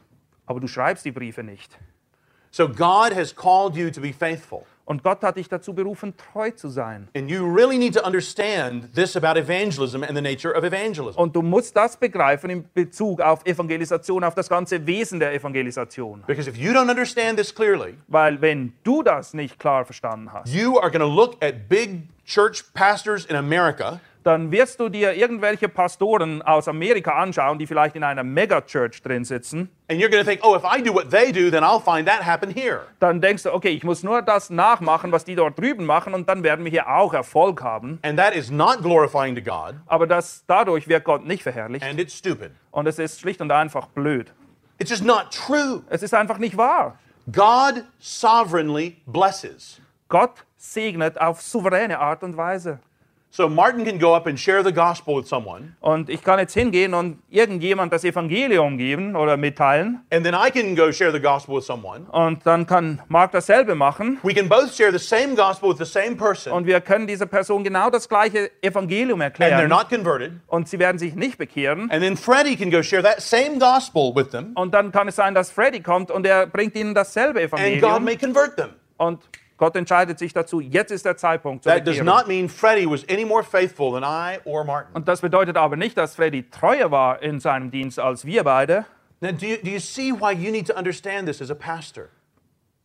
S2: Aber du schreibst die Briefe nicht.
S1: So God has called you to be faithful.
S2: Und Gott hat dich dazu berufen, treu zu sein.
S1: And you really need to understand this about evangelism and the nature of evangelism.
S2: Und du musst das begreifen in Bezug auf Evangelisation, auf das ganze Wesen der Evangelisation.
S1: Because if you don't understand this clearly,
S2: Weil wenn du das nicht klar verstanden hast,
S1: you are going to look at big church pastors in America
S2: dann wirst du dir irgendwelche Pastoren aus Amerika anschauen, die vielleicht in einer Megachurch drin sitzen.
S1: and you're going to think, oh, if I do what they do, then I'll find that happen here.
S2: Dann denkst du, okay, ich muss nur das nachmachen, was die dort drüben machen, und dann werden wir hier auch Erfolg haben.
S1: And that is not glorifying to God,
S2: Aber das, dadurch wird Gott nicht verherrlicht.
S1: and it's stupid.
S2: Und es ist schlicht und einfach blöd.
S1: It's just not true.
S2: Es ist einfach nicht wahr.
S1: God sovereignly blesses.
S2: Gott segnet auf souveräne Art und Weise.
S1: So Martin can go up and share the gospel with someone,
S2: Und ich kann jetzt hingehen und irgendjemand das Evangelium geben oder mitteilen.
S1: and then I can go share the gospel with someone.
S2: Und dann kann Mark dasselbe machen.
S1: We can both share the same gospel with the same person,
S2: Und wir können dieser Person genau das gleiche Evangelium
S1: and they're
S2: erklären.
S1: not converted.
S2: und sie werden sich nicht bekehren.
S1: And then Freddie can go share that same gospel with them,
S2: Und dann kann es sein, dass Freddy kommt und er bringt ihnen dasselbe
S1: and God
S2: Evangelium.
S1: may convert them.
S2: Und Gott entscheidet sich dazu, jetzt ist der Zeitpunkt zur
S1: That does
S2: Bekehrung.
S1: not mean Freddie was any more faithful than I or Martin.
S2: Und das bedeutet aber nicht, dass Freddy treuer war in seinem Dienst als wir beide.
S1: Now, do you, do you see why you need to understand this as a pastor?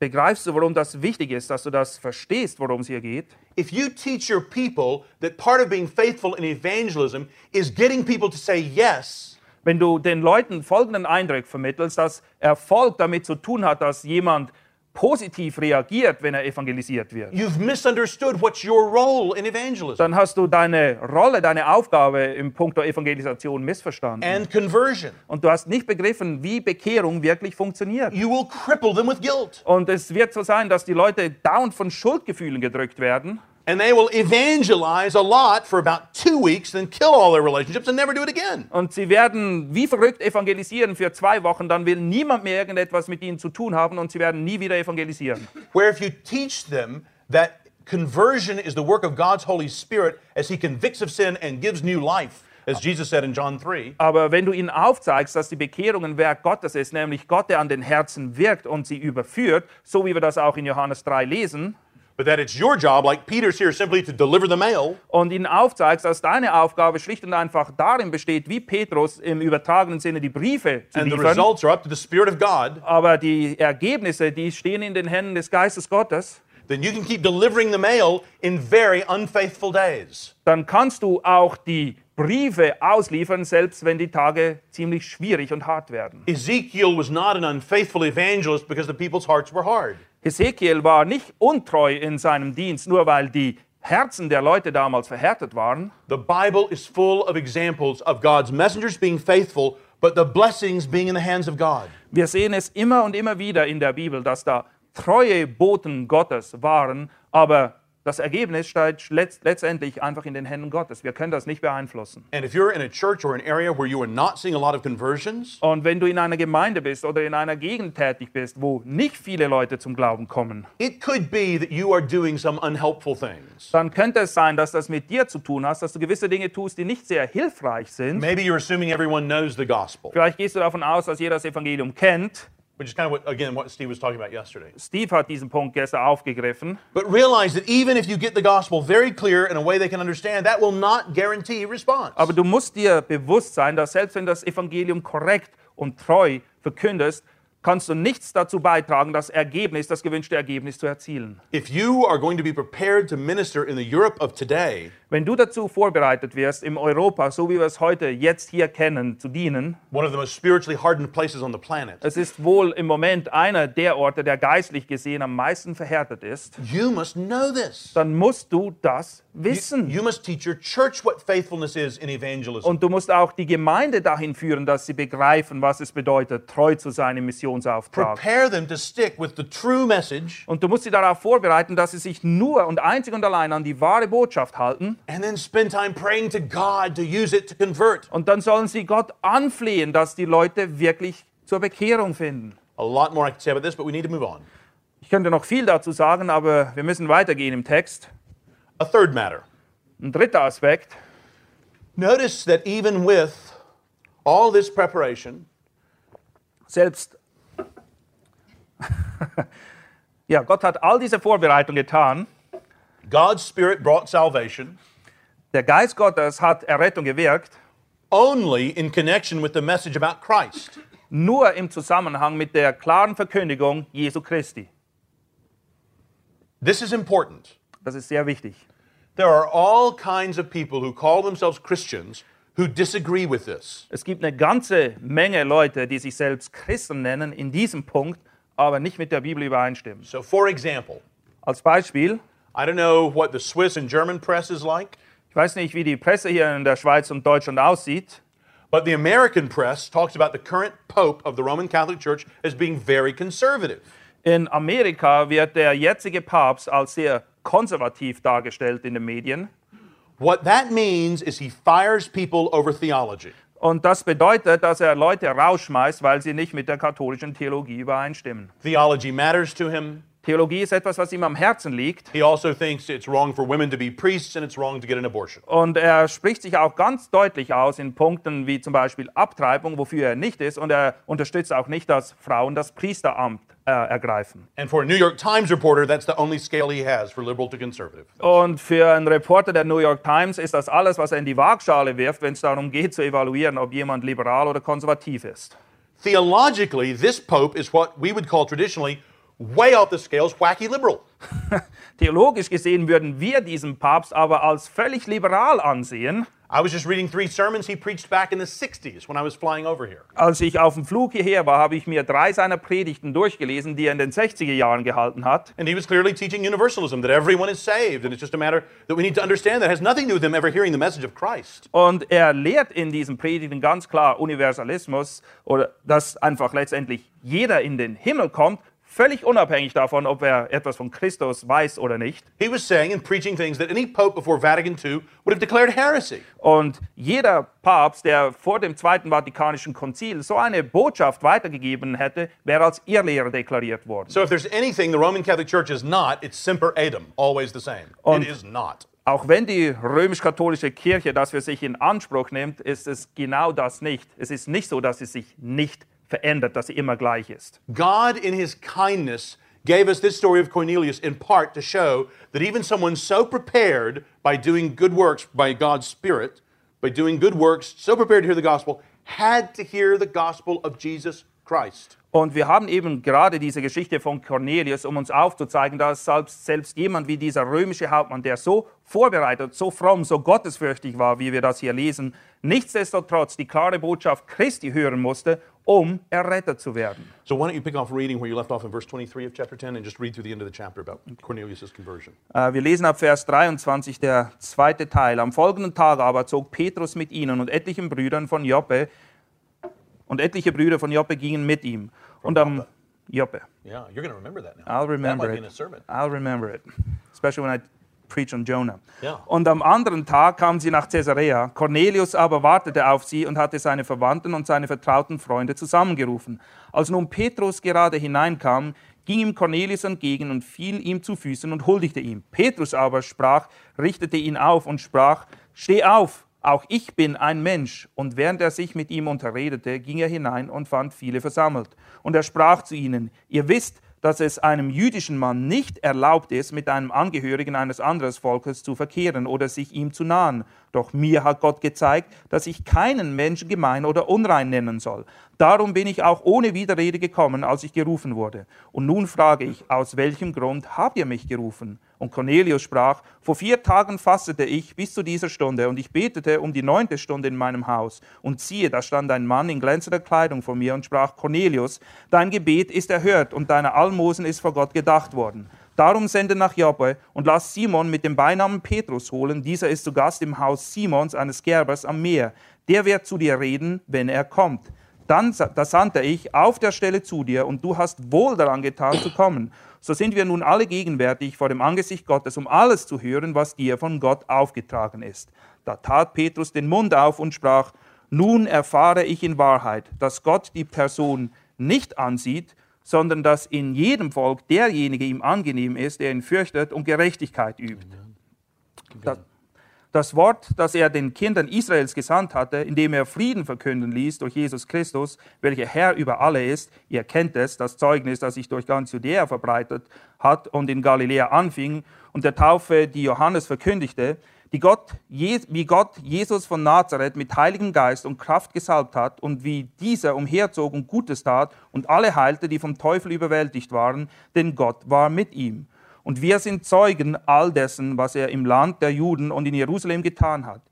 S2: Begreifst du, warum das wichtig ist, dass du das verstehst, worum es hier geht?
S1: If you teach your people that part of being faithful in evangelism is getting people to say yes,
S2: Wenn du den Leuten folgenden Eindruck vermittelst, dass Erfolg damit zu tun hat, dass jemand positiv reagiert, wenn er evangelisiert wird.
S1: you've misunderstood what's your role in evangelism
S2: dann hast du deine Rolle, deine Aufgabe im Punkt der Evangelisation missverstanden.
S1: and conversion.
S2: und du hast nicht begriffen, wie Bekehrung wirklich funktioniert.
S1: You will cripple them with guilt,
S2: Und es wird so sein, dass die Leute dauernd von Schuldgefühlen gedrückt werden.
S1: and they will evangelize a lot for about two weeks, then kill all their relationships and never do it again.
S2: Und sie werden wie verrückt evangelisieren für zwei Wochen, dann will niemand mehr irgendetwas mit ihnen zu tun haben und sie werden nie wieder evangelisieren.
S1: Where if you teach them that conversion is the work of God's Holy Spirit as He convicts of sin and gives new life, as Jesus said in John 3,
S2: Aber wenn du ihnen aufzeigst, dass die Bekehrung ein Werk Gottes ist, nämlich Gott, der an den Herzen wirkt und sie überführt, so wie wir das auch in Johannes 3 lesen,
S1: but that it's your job, like Peter's here, simply to deliver the mail,
S2: und ihnen aufzeigst, dass deine Aufgabe schlicht und einfach darin besteht, wie Petrus im übertragenen Sinne die Briefe zu
S1: and the
S2: liefern,
S1: results are up to the Spirit of God,
S2: aber die Ergebnisse, die stehen in den Händen des Geistes Gottes,
S1: then you can keep delivering the mail in very unfaithful days.
S2: dann kannst du auch die Briefe ausliefern, selbst wenn die Tage ziemlich schwierig und hart werden.
S1: Ezekiel was not an unfaithful evangelist because the people's hearts were hard.
S2: Hesekiel war nicht untreu in seinem Dienst, nur weil die Herzen der Leute damals verhärtet waren.
S1: The Bible is full of examples of God's messengers being faithful, but the blessings being in the hands of God.
S2: Wir sehen es immer und immer wieder in der Bibel, dass da treue Boten Gottes waren, aber das Ergebnis steht letzt- letztendlich einfach in den Händen Gottes. Wir können das nicht beeinflussen.
S1: And if you're in a church or an area where you are not seeing a lot of conversions,
S2: Und wenn du in einer Gemeinde bist oder in einer Gegend tätig bist, wo nicht viele Leute zum Glauben kommen,
S1: it could be that you are doing some unhelpful things.
S2: dann könnte es sein, dass das mit dir zu tun hat, dass du gewisse Dinge tust, die nicht sehr hilfreich sind.
S1: Maybe you're assuming everyone knows the gospel.
S2: Vielleicht gehst du davon aus, dass jeder das Evangelium kennt,
S1: which is kind of what, again what Steve was talking about yesterday.
S2: Steve hat diesen Punkt gestern aufgegriffen.
S1: But realize that even if you get the gospel very clear in a way they can understand, that will not guarantee response.
S2: Aber du musst dir bewusst sein, dass selbst wenn du das Evangelium korrekt und treu verkündest, kannst du nichts dazu beitragen, das Ergebnis, das gewünschte Ergebnis zu erzielen.
S1: If you are going to be prepared to minister in the Europe of today,
S2: Wenn du dazu vorbereitet wirst, im Europa, so wie wir es heute jetzt hier kennen, zu dienen,
S1: one of the most spiritually hardened places on the planet,
S2: es ist wohl im Moment einer der Orte, der geistlich gesehen am meisten verhärtet ist,
S1: you must know this.
S2: dann musst du das wissen.
S1: You must teach your church what faithfulness is in evangelism.
S2: Und du musst auch die Gemeinde dahin führen, dass sie begreifen, was es bedeutet, treu zu sein im Missionsauftrag.
S1: Prepare them to stick with the true message
S2: Und du musst sie darauf vorbereiten, dass sie sich nur und einzig und allein an die wahre Botschaft halten.
S1: and then spend time praying to God to use it to convert.
S2: Und dann sollen sie Gott anflehen, dass die Leute wirklich zur Bekehrung finden.
S1: A lot more I could say about this, but we need to move on.
S2: Ich könnte noch viel dazu sagen, aber wir müssen weitergehen im Text.
S1: A third matter.
S2: Ein dritter Aspekt.
S1: Notice that even with all this preparation,
S2: Selbst. ja, Gott hat all diese Vorbereitung getan.
S1: God's Spirit brought salvation
S2: Der Geist Gottes hat Errettung gewirkt,
S1: only in connection with the message about Christ.
S2: nur im Zusammenhang mit der klaren Verkündigung Jesu Christi.
S1: This is important.
S2: Das ist sehr wichtig.
S1: There are all kinds of people who call themselves Christians who disagree with this.
S2: Es gibt eine ganze Menge Leute, die sich selbst Christen nennen, in diesem Punkt, aber nicht mit der Bibel übereinstimmen.
S1: So, for example,
S2: Als Beispiel,
S1: I don't know what the Swiss and German press is like,
S2: ich weiß nicht, wie die Presse hier in der Schweiz und Deutschland aussieht,
S1: but the American press talks about the current Pope of the Roman Catholic Church as being very conservative.
S2: In Amerika wird der jetzige Papst als sehr konservativ dargestellt in den Medien.
S1: What that means is he fires people over theology.
S2: Und das bedeutet, dass er Leute rausschmeißt, weil sie nicht mit der katholischen Theologie übereinstimmen.
S1: Theology matters to him.
S2: Theologie ist etwas, was ihm am Herzen liegt.
S1: He also thinks it's wrong for women to be priests and it's wrong to get an abortion.
S2: Und er spricht sich auch ganz deutlich aus in Punkten wie zum Beispiel Abtreibung, wofür er nicht ist. Und er unterstützt auch nicht, dass Frauen das Priesteramt äh, ergreifen.
S1: And for a New York Times reporter, that's the only scale he has for liberal to conservative.
S2: Und für einen Reporter der New York Times ist das alles, was er in die Waagschale wirft, wenn es darum geht zu evaluieren, ob jemand liberal oder konservativ ist.
S1: Theologically, this pope is what we would call traditionally way off the scales, wacky liberal.
S2: Theologisch gesehen würden wir diesen Papst aber als völlig liberal ansehen.
S1: I was just reading three sermons he preached back in the 60s when I was flying over here.
S2: Als ich auf dem Flug hierher war, habe ich mir drei seiner Predigten durchgelesen, die er in den 60er Jahren gehalten hat.
S1: And he was clearly teaching universalism that everyone is saved, and it's just a matter that we need to understand that it has nothing to do with them ever hearing the message of Christ.
S2: Und er lehrt in diesen Predigten ganz klar Universalismus oder dass einfach letztendlich jeder in den Himmel kommt, völlig unabhängig davon, ob er etwas von Christus weiß oder nicht.
S1: He was saying and preaching things that any pope before Vatican II would have declared heresy.
S2: Und jeder Papst, der vor dem Zweiten Vatikanischen Konzil so eine Botschaft weitergegeben hätte, wäre als Irrlehrer deklariert worden.
S1: So if there's anything the Roman Catholic Church is not, it's semper adem, always the same.
S2: Und-
S1: it is not.
S2: Auch wenn die römisch-katholische Kirche das für sich in Anspruch nimmt, ist es genau das nicht. Es ist nicht so, dass sie sich nicht verändert, dass sie immer gleich ist.
S1: God, in his kindness, gave us this story of Cornelius in part to show that even someone so prepared by doing good works by God's Spirit, by doing good works, so prepared to hear the gospel, had to hear the gospel of Jesus Christ.
S2: Und wir haben eben gerade diese Geschichte von Cornelius, um uns aufzuzeigen, dass selbst, selbst jemand wie dieser römische Hauptmann, der so vorbereitet, so fromm, so gottesfürchtig war, wie wir das hier lesen, nichtsdestotrotz die klare Botschaft Christi hören musste, um errettet zu werden.
S1: So why don't you pick off reading where you left off in verse 23 of chapter 10 and just read through the end of the chapter about Cornelius' conversion.
S2: Äh, Wir lesen ab Vers 23, der zweite Teil. Am folgenden Tag aber zog Petrus mit ihnen und etlichen Brüdern von Joppe und etliche Brüder von Joppe gingen mit ihm. Und am Joppe.
S1: Yeah, you're going to remember that now.
S2: I'll remember
S1: that might
S2: it.
S1: be in a sermon.
S2: I'll remember it, especially when I preach on Jonah.
S1: Ja.
S2: Und am anderen Tag kamen sie nach Caesarea. Cornelius aber wartete auf sie und hatte seine Verwandten und seine vertrauten Freunde zusammengerufen. Als nun Petrus gerade hineinkam, ging ihm Cornelius entgegen und fiel ihm zu Füßen und huldigte ihm. Petrus aber sprach, richtete ihn auf und sprach: Steh auf, Auch ich bin ein Mensch. Und während er sich mit ihm unterredete, ging er hinein und fand viele versammelt. Und er sprach zu ihnen, ihr wisst, dass es einem jüdischen Mann nicht erlaubt ist, mit einem Angehörigen eines anderen Volkes zu verkehren oder sich ihm zu nahen. Doch mir hat Gott gezeigt, dass ich keinen Menschen gemein oder unrein nennen soll. Darum bin ich auch ohne Widerrede gekommen, als ich gerufen wurde. Und nun frage ich, aus welchem Grund habt ihr mich gerufen? Und Cornelius sprach, vor vier Tagen fastete ich bis zu dieser Stunde und ich betete um die neunte Stunde in meinem Haus. Und siehe, da stand ein Mann in glänzender Kleidung vor mir und sprach, Cornelius, dein Gebet ist erhört und deine Almosen ist vor Gott gedacht worden. Darum sende nach Joppe und lass Simon mit dem Beinamen Petrus holen. Dieser ist zu Gast im Haus Simons, eines Gerbers am Meer. Der wird zu dir reden, wenn er kommt. Dann da sandte ich auf der Stelle zu dir und du hast wohl daran getan zu kommen. So sind wir nun alle gegenwärtig vor dem Angesicht Gottes, um alles zu hören, was dir von Gott aufgetragen ist. Da tat Petrus den Mund auf und sprach, nun erfahre ich in Wahrheit, dass Gott die Person nicht ansieht, sondern dass in jedem Volk derjenige ihm angenehm ist, der ihn fürchtet und Gerechtigkeit übt. Das, das Wort, das er den Kindern Israels gesandt hatte, indem er Frieden verkünden ließ durch Jesus Christus, welcher Herr über alle ist, ihr kennt es, das Zeugnis, das sich durch ganz Judäa verbreitet hat und in Galiläa anfing, und der Taufe, die Johannes verkündigte, die Gott, wie Gott Jesus von Nazareth mit Heiligem Geist und Kraft gesalbt hat und wie dieser umherzog und Gutes tat und alle heilte, die vom Teufel überwältigt waren, denn Gott war mit ihm. Und wir sind Zeugen all dessen, was er im Land der Juden und in Jerusalem getan hat.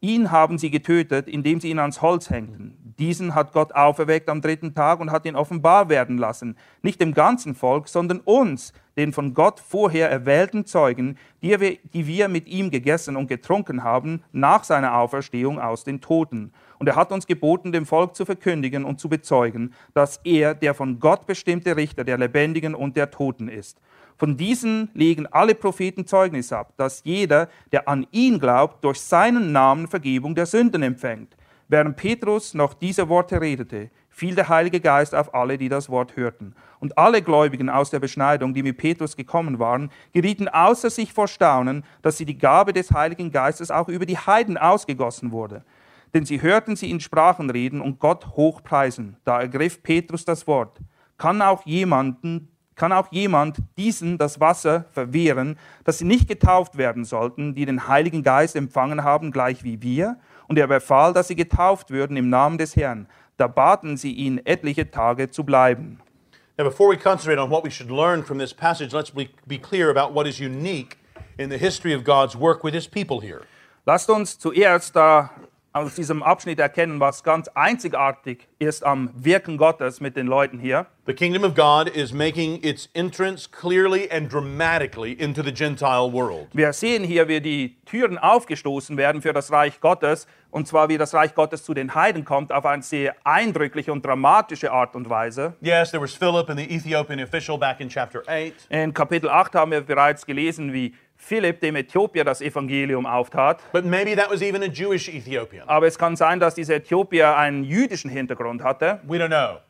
S2: Ihn haben sie getötet, indem sie ihn ans Holz hängten. Diesen hat Gott auferweckt am dritten Tag und hat ihn offenbar werden lassen, nicht dem ganzen Volk, sondern uns, den von Gott vorher erwählten Zeugen, die wir, die wir mit ihm gegessen und getrunken haben nach seiner Auferstehung aus den Toten. Und er hat uns geboten, dem Volk zu verkündigen und zu bezeugen, dass er der von Gott bestimmte Richter der Lebendigen und der Toten ist. Von diesen legen alle Propheten Zeugnis ab, dass jeder, der an ihn glaubt, durch seinen Namen Vergebung der Sünden empfängt. Während Petrus noch diese Worte redete, fiel der Heilige Geist auf alle, die das Wort hörten. Und alle Gläubigen aus der Beschneidung, die mit Petrus gekommen waren, gerieten außer sich vor Staunen, dass sie die Gabe des Heiligen Geistes auch über die Heiden ausgegossen wurde denn sie hörten sie in Sprachen reden und Gott hochpreisen. Da ergriff Petrus das Wort. Kann auch jemanden, kann auch jemand diesen das Wasser verwehren, dass sie nicht getauft werden sollten, die den Heiligen Geist empfangen haben, gleich wie wir? Und er befahl, dass sie getauft würden im Namen des Herrn. Da baten sie ihn, etliche Tage zu bleiben.
S1: Now, before we concentrate on what we should learn from this passage, let's be, be clear about what is unique in the history of God's work with his people here.
S2: Lasst uns zuerst da aus diesem Abschnitt erkennen, was ganz einzigartig ist am Wirken Gottes mit den Leuten hier.
S1: The kingdom of God is making its entrance clearly and dramatically into the Gentile world.
S2: Wir sehen hier, wie die Türen aufgestoßen werden für das Reich Gottes, und zwar wie das Reich Gottes zu den Heiden kommt, auf eine sehr eindrückliche und dramatische Art und Weise.
S1: Yes, there was Philip and the Ethiopian official back in chapter 8.
S2: In Kapitel 8 haben wir bereits gelesen, wie Philipp dem Äthiopier das Evangelium auftat.
S1: But maybe that was even a Jewish Ethiopian.
S2: Aber es kann sein, dass dieser Äthiopier einen jüdischen Hintergrund hatte.
S1: We don't know.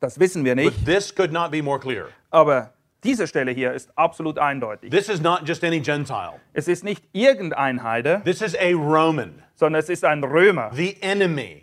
S2: Das wissen wir nicht.
S1: But this could not be more clear.
S2: Aber diese Stelle hier ist absolut eindeutig.
S1: This is not just any Gentile.
S2: Es ist nicht irgendein Heide,
S1: This is a Roman,
S2: sondern es ist ein Römer.
S1: the enemy,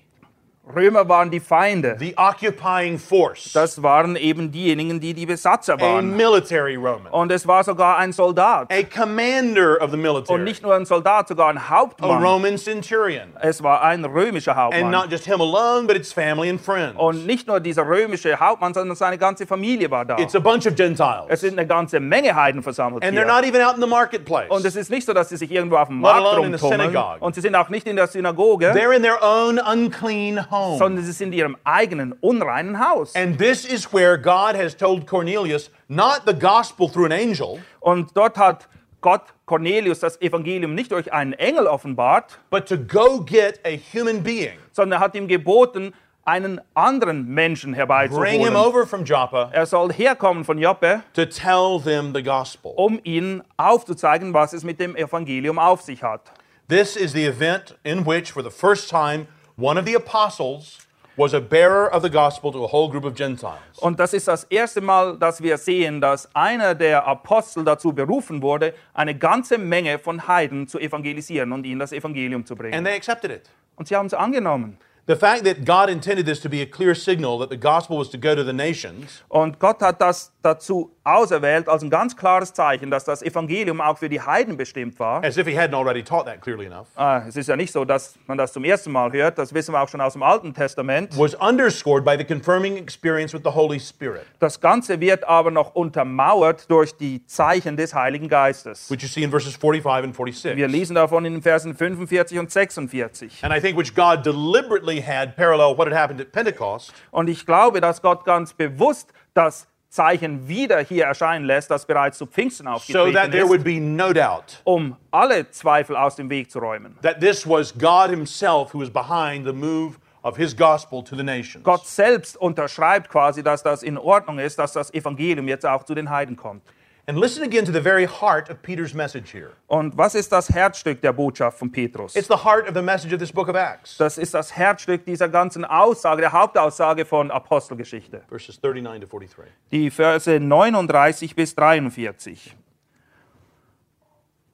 S2: Römer waren die Feinde.
S1: the occupying force,
S2: Das waren eben diejenigen, die die Besatzer
S1: a
S2: waren.
S1: military Roman,
S2: Und es war sogar ein Soldat.
S1: a commander of the
S2: Und
S1: military,
S2: nicht nur ein Soldat, sogar ein
S1: a
S2: Hauptmann.
S1: Roman centurion.
S2: Es war ein römischer
S1: And
S2: Hauptmann.
S1: not just him alone, but his family and friends.
S2: Und nicht nur dieser römische Hauptmann, sondern seine ganze Familie war da.
S1: It's a bunch of Gentiles.
S2: Es sind eine ganze Menge Heiden versammelt
S1: And they're
S2: hier.
S1: not even out in the marketplace.
S2: Und es ist nicht so, dass sie sich irgendwo auf dem
S1: Let
S2: Markt
S1: alone in the
S2: rumtummeln.
S1: synagogue.
S2: Und sie sind auch nicht in der Synagoge,
S1: They're in their own unclean home.
S2: sondern sie sind in ihrem eigenen unreinen Haus.
S1: And this is where God has told Cornelius not the gospel through an angel,
S2: Und dort hat Gott Cornelius das Evangelium nicht durch einen Engel offenbart,
S1: but to go get a human being.
S2: sondern er hat ihm geboten, einen anderen
S1: Bring
S2: Menschen
S1: him
S2: herbeizuholen.
S1: over from Joppa
S2: Er soll herkommen von Joppe,
S1: to tell them the gospel.
S2: um ihnen aufzuzeigen, was es mit dem Evangelium auf sich hat.
S1: This is the event in which, for the first time, one of the apostles was a bearer of the gospel to a whole group of Gentiles.
S2: Und das ist das erste Mal, dass wir sehen, dass einer der Apostel dazu berufen wurde, eine ganze Menge von Heiden zu evangelisieren und ihnen das Evangelium zu bringen.
S1: And they accepted it.
S2: Und sie haben es angenommen.
S1: The fact that God intended this to be a clear signal that the gospel was to go to the nations
S2: Und Gott hat das dazu auserwählt als ein ganz klares Zeichen, dass das Evangelium auch für die Heiden bestimmt war.
S1: as if he hadn't already taught that clearly enough,
S2: Ah, es ist ja nicht so, dass man das zum ersten Mal hört. Das wissen wir auch schon aus dem Alten Testament.
S1: was underscored by the confirming experience with the Holy Spirit,
S2: Das Ganze wird aber noch untermauert durch die Zeichen des Heiligen Geistes.
S1: which you see in verses 45 and
S2: Wir
S1: 46.
S2: lesen davon in den Versen 45 und 46.
S1: And I think which God deliberately had parallel what had happened at Pentecost
S2: Und ich glaube, dass Gott ganz bewusst das Zeichen wieder hier erscheinen lässt, das bereits zu Pfingsten
S1: so that
S2: aufgetreten
S1: there
S2: ist,
S1: would be no doubt
S2: um alle Zweifel aus dem Weg zu räumen.
S1: that this was God Himself who was behind the move of His gospel to the nations.
S2: Gott selbst unterschreibt quasi, dass das in Ordnung ist, dass das Evangelium jetzt auch zu den Heiden kommt.
S1: And listen again to the very heart of Peter's message here.
S2: Und was ist das Herzstück der Botschaft von Petrus?
S1: It's the heart of the message of this book of Acts,
S2: Das ist das Herzstück dieser ganzen Aussage, der Hauptaussage von Apostelgeschichte.
S1: verses 39 to 43.
S2: Die Verse 39 bis 43.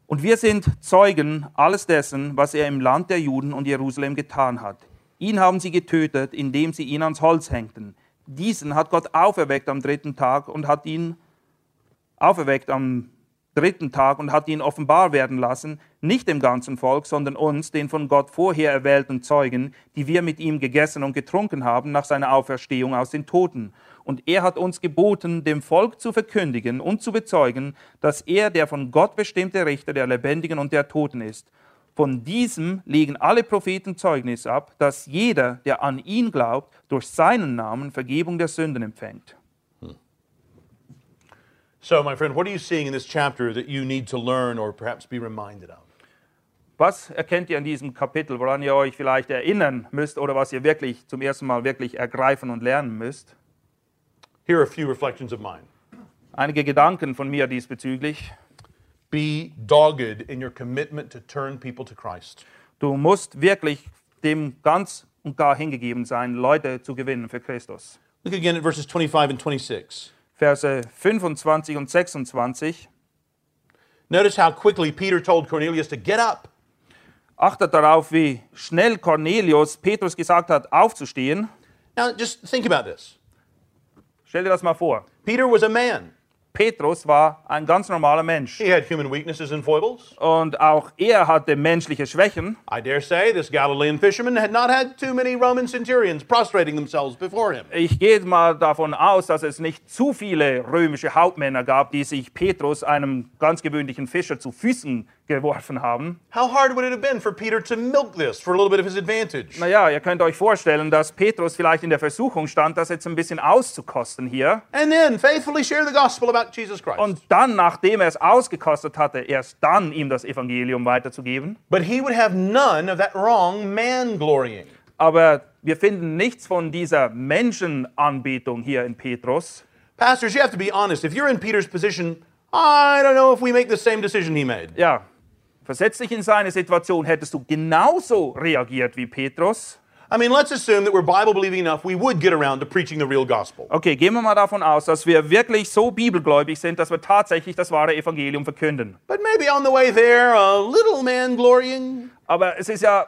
S2: Und wir sind Zeugen alles dessen, was er im Land der Juden und Jerusalem getan hat. Ihn haben sie getötet, indem sie ihn ans Holz hängten. Diesen hat Gott auferweckt am dritten Tag und hat ihn auferweckt am dritten Tag und hat ihn offenbar werden lassen, nicht dem ganzen Volk, sondern uns, den von Gott vorher erwählten Zeugen, die wir mit ihm gegessen und getrunken haben nach seiner Auferstehung aus den Toten. Und er hat uns geboten, dem Volk zu verkündigen und zu bezeugen, dass er der von Gott bestimmte Richter der Lebendigen und der Toten ist. Von diesem legen alle Propheten Zeugnis ab, dass jeder, der an ihn glaubt, durch seinen Namen Vergebung der Sünden empfängt.
S1: So, my friend, what are you seeing in this chapter that you need to learn or perhaps be reminded of?
S2: Was erkennt ihr in diesem Kapitel, woran ihr euch vielleicht erinnern müsst oder was ihr wirklich zum ersten Mal wirklich ergreifen und lernen müsst?
S1: Here are a few reflections of mine.
S2: Einige Gedanken von mir diesbezüglich.
S1: Be dogged in your commitment to turn people to Christ.
S2: Du musst wirklich dem ganz und gar hingegeben sein, Leute zu gewinnen für Christus.
S1: Look again at verses 25 and 26.
S2: Verse 25 und 26.
S1: Notice how quickly Peter told Cornelius to get up.
S2: Achtet darauf, wie schnell Cornelius Petrus gesagt hat, aufzustehen.
S1: Now, just think about this.
S2: Stell dir das mal vor.
S1: Peter was a man.
S2: Petrus war ein ganz normaler Mensch.
S1: He had human weaknesses and foibles.
S2: Und auch er hatte menschliche Schwächen.
S1: I dare say this Galilean fisherman had not had too many Roman centurions prostrating themselves before him.
S2: Ich gehe mal davon aus, dass es nicht zu viele römische Hauptmänner gab, die sich Petrus, einem ganz gewöhnlichen Fischer, zu Füßen geworfen haben.
S1: How hard would it have been for Peter to milk this for a little bit of his advantage?
S2: Naja, ihr könnt euch vorstellen, dass Petrus vielleicht in der Versuchung stand, das jetzt ein bisschen auszukosten hier.
S1: And then faithfully share the gospel about Jesus Christ.
S2: Und dann, nachdem er es ausgekostet hatte, erst dann ihm das Evangelium weiterzugeben.
S1: But he would have none of that wrong man glorying.
S2: Aber wir finden nichts von dieser Menschenanbetung hier in Petrus.
S1: Pastors, you have to be honest. If you're in Peter's position, I don't know if we make the same decision he made.
S2: Ja, versetz dich in seine Situation, hättest du genauso reagiert wie Petrus.
S1: I mean, let's assume that we're Bible believing enough, we would get around to preaching the real gospel.
S2: Okay, gehen wir mal davon aus, dass wir wirklich so bibelgläubig sind, dass wir tatsächlich das wahre Evangelium verkünden.
S1: But maybe on the way there, a little man glorying.
S2: Aber es ist ja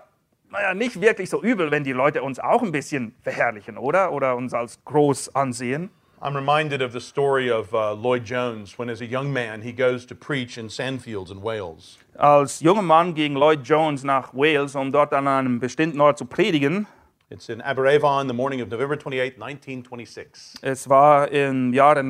S2: naja, nicht wirklich so übel, wenn die Leute uns auch ein bisschen verherrlichen, oder? Oder uns als groß ansehen.
S1: I'm reminded of the story of uh, Lloyd Jones when, as a young man, he goes to preach in sandfields in Wales.
S2: Als junger Mann ging Lloyd Jones nach Wales, um dort an einem bestimmten Ort zu predigen.
S1: It's in Aberavon, the morning of November 28, 1926.
S2: Es war im Jahre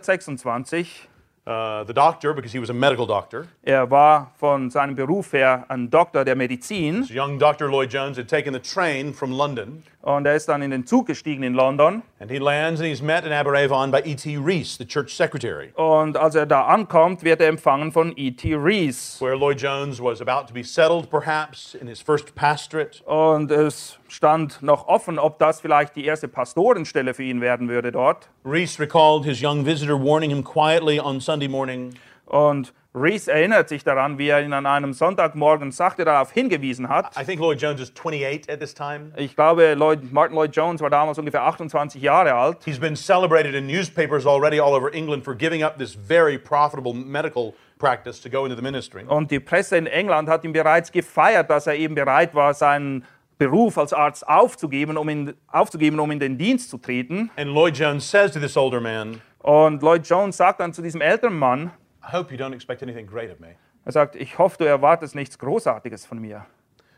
S2: 1926.
S1: Uh, the doctor, because he was a medical doctor,
S2: Er war von seinem Beruf her ein Doktor der Medizin
S1: young Dr. Lloyd Jones had taken the train from London,
S2: und er ist dann in den Zug gestiegen in London.
S1: and he lands and he's met in Aberavon by E.T. Reese, the church secretary,
S2: Und als er da ankommt, wird er empfangen von E E.T. Reese.
S1: where Lloyd Jones was about to be settled, perhaps, in his first pastorate.
S2: Und es stand noch offen, ob das vielleicht die erste Pastorenstelle für ihn werden würde dort.
S1: Reese recalled his young visitor warning him quietly on Sunday morning,
S2: Und Rees erinnert sich daran, wie er ihn an einem Sonntagmorgen sagte, darauf hingewiesen hat.
S1: I think Lloyd Jones is 28 at this time.
S2: Ich glaube, Lloyd, Martin Lloyd Jones war damals ungefähr 28 Jahre alt.
S1: He's been celebrated in newspapers already all over England for giving up this very profitable medical practice to go into the ministry.
S2: Und die Presse in England hat ihn bereits gefeiert, dass er eben bereit war, seinen Beruf als Arzt aufzugeben, um in, aufzugeben, um in den Dienst zu treten.
S1: And Lloyd Jones says to this older man,
S2: Und Lloyd Jones sagt dann zu diesem älteren Mann,
S1: I hope you don't expect anything great of me.
S2: er sagt, ich hoffe, du erwartest nichts Großartiges von mir.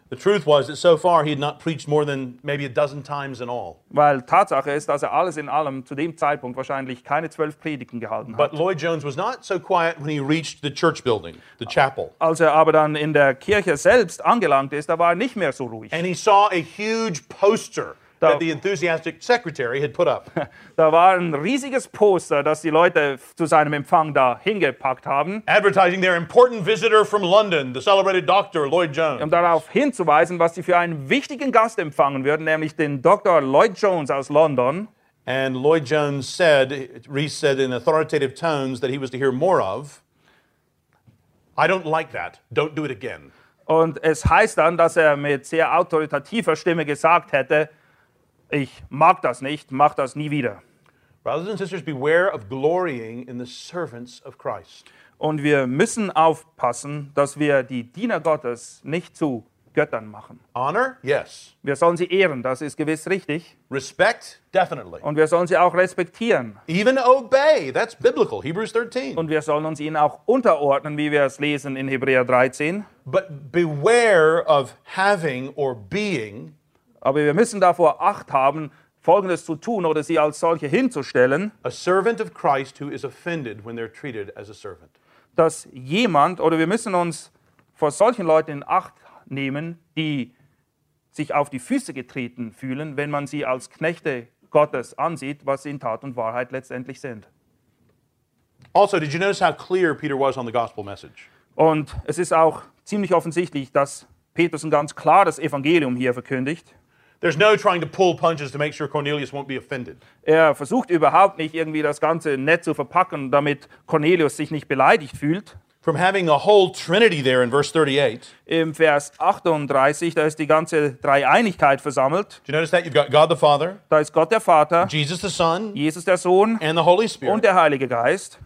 S1: The truth was that so far he had not preached more than maybe a dozen times in all.
S2: Weil Tatsache ist, dass er alles in allem zu dem Zeitpunkt wahrscheinlich keine zwölf Predigten gehalten hat.
S1: But Lloyd Jones was not so quiet when he reached the church building, the chapel.
S2: Als er aber dann in der Kirche selbst angelangt ist, da war er nicht mehr so ruhig.
S1: And he saw a huge poster
S2: So-
S1: that the enthusiastic secretary had put up.
S2: Da war ein riesiges Poster, das die Leute zu seinem Empfang da hingepackt haben,
S1: advertising their important visitor from London, the celebrated doctor Lloyd
S2: um
S1: Jones.
S2: darauf hinzuweisen, was sie für einen wichtigen Gast empfangen würden, nämlich den Dr. Lloyd Jones aus London.
S1: And Lloyd Jones said, Reese said in authoritative tones that he was to hear more of. I don't like that. Don't do it again.
S2: Und es heißt dann, dass er mit sehr autoritativer Stimme gesagt hätte, ich mag das nicht, mach das nie wieder.
S1: Brothers and sisters, beware of glorying in the servants of Christ.
S2: Und wir müssen aufpassen, dass wir die Diener Gottes nicht zu Göttern machen.
S1: Honor? Yes.
S2: Wir sollen sie ehren, das ist gewiss richtig.
S1: Respect? Definitely.
S2: Und wir sollen sie auch respektieren.
S1: Even obey. That's biblical. Hebrews 13.
S2: Und wir sollen uns ihnen auch unterordnen, wie wir es lesen in Hebräer 13.
S1: But beware of having or being
S2: Aber wir müssen davor Acht haben, Folgendes zu tun oder sie als solche hinzustellen,
S1: a servant of Christ who is offended when they're treated as a servant.
S2: dass jemand oder wir müssen uns vor solchen Leuten in Acht nehmen, die sich auf die Füße getreten fühlen, wenn man sie als Knechte Gottes ansieht, was sie in Tat und Wahrheit letztendlich sind.
S1: Also, did you notice how clear Peter was on the gospel message?
S2: Und es ist auch ziemlich offensichtlich, dass Petrus ein ganz klares Evangelium hier verkündigt.
S1: There's no trying to pull punches to make sure Cornelius won't be offended.
S2: Er versucht überhaupt nicht irgendwie das Ganze nett zu verpacken, damit Cornelius sich nicht beleidigt fühlt.
S1: From having the whole Trinity there in verse 38, do
S2: Im Vers 38, da ist die ganze Dreieinigkeit versammelt.
S1: you notice that? You've got God the Father,
S2: Da ist Gott der Vater,
S1: Jesus the Son,
S2: Jesus der Sohn
S1: and the Holy
S2: und
S1: Spirit.
S2: der Heilige Geist.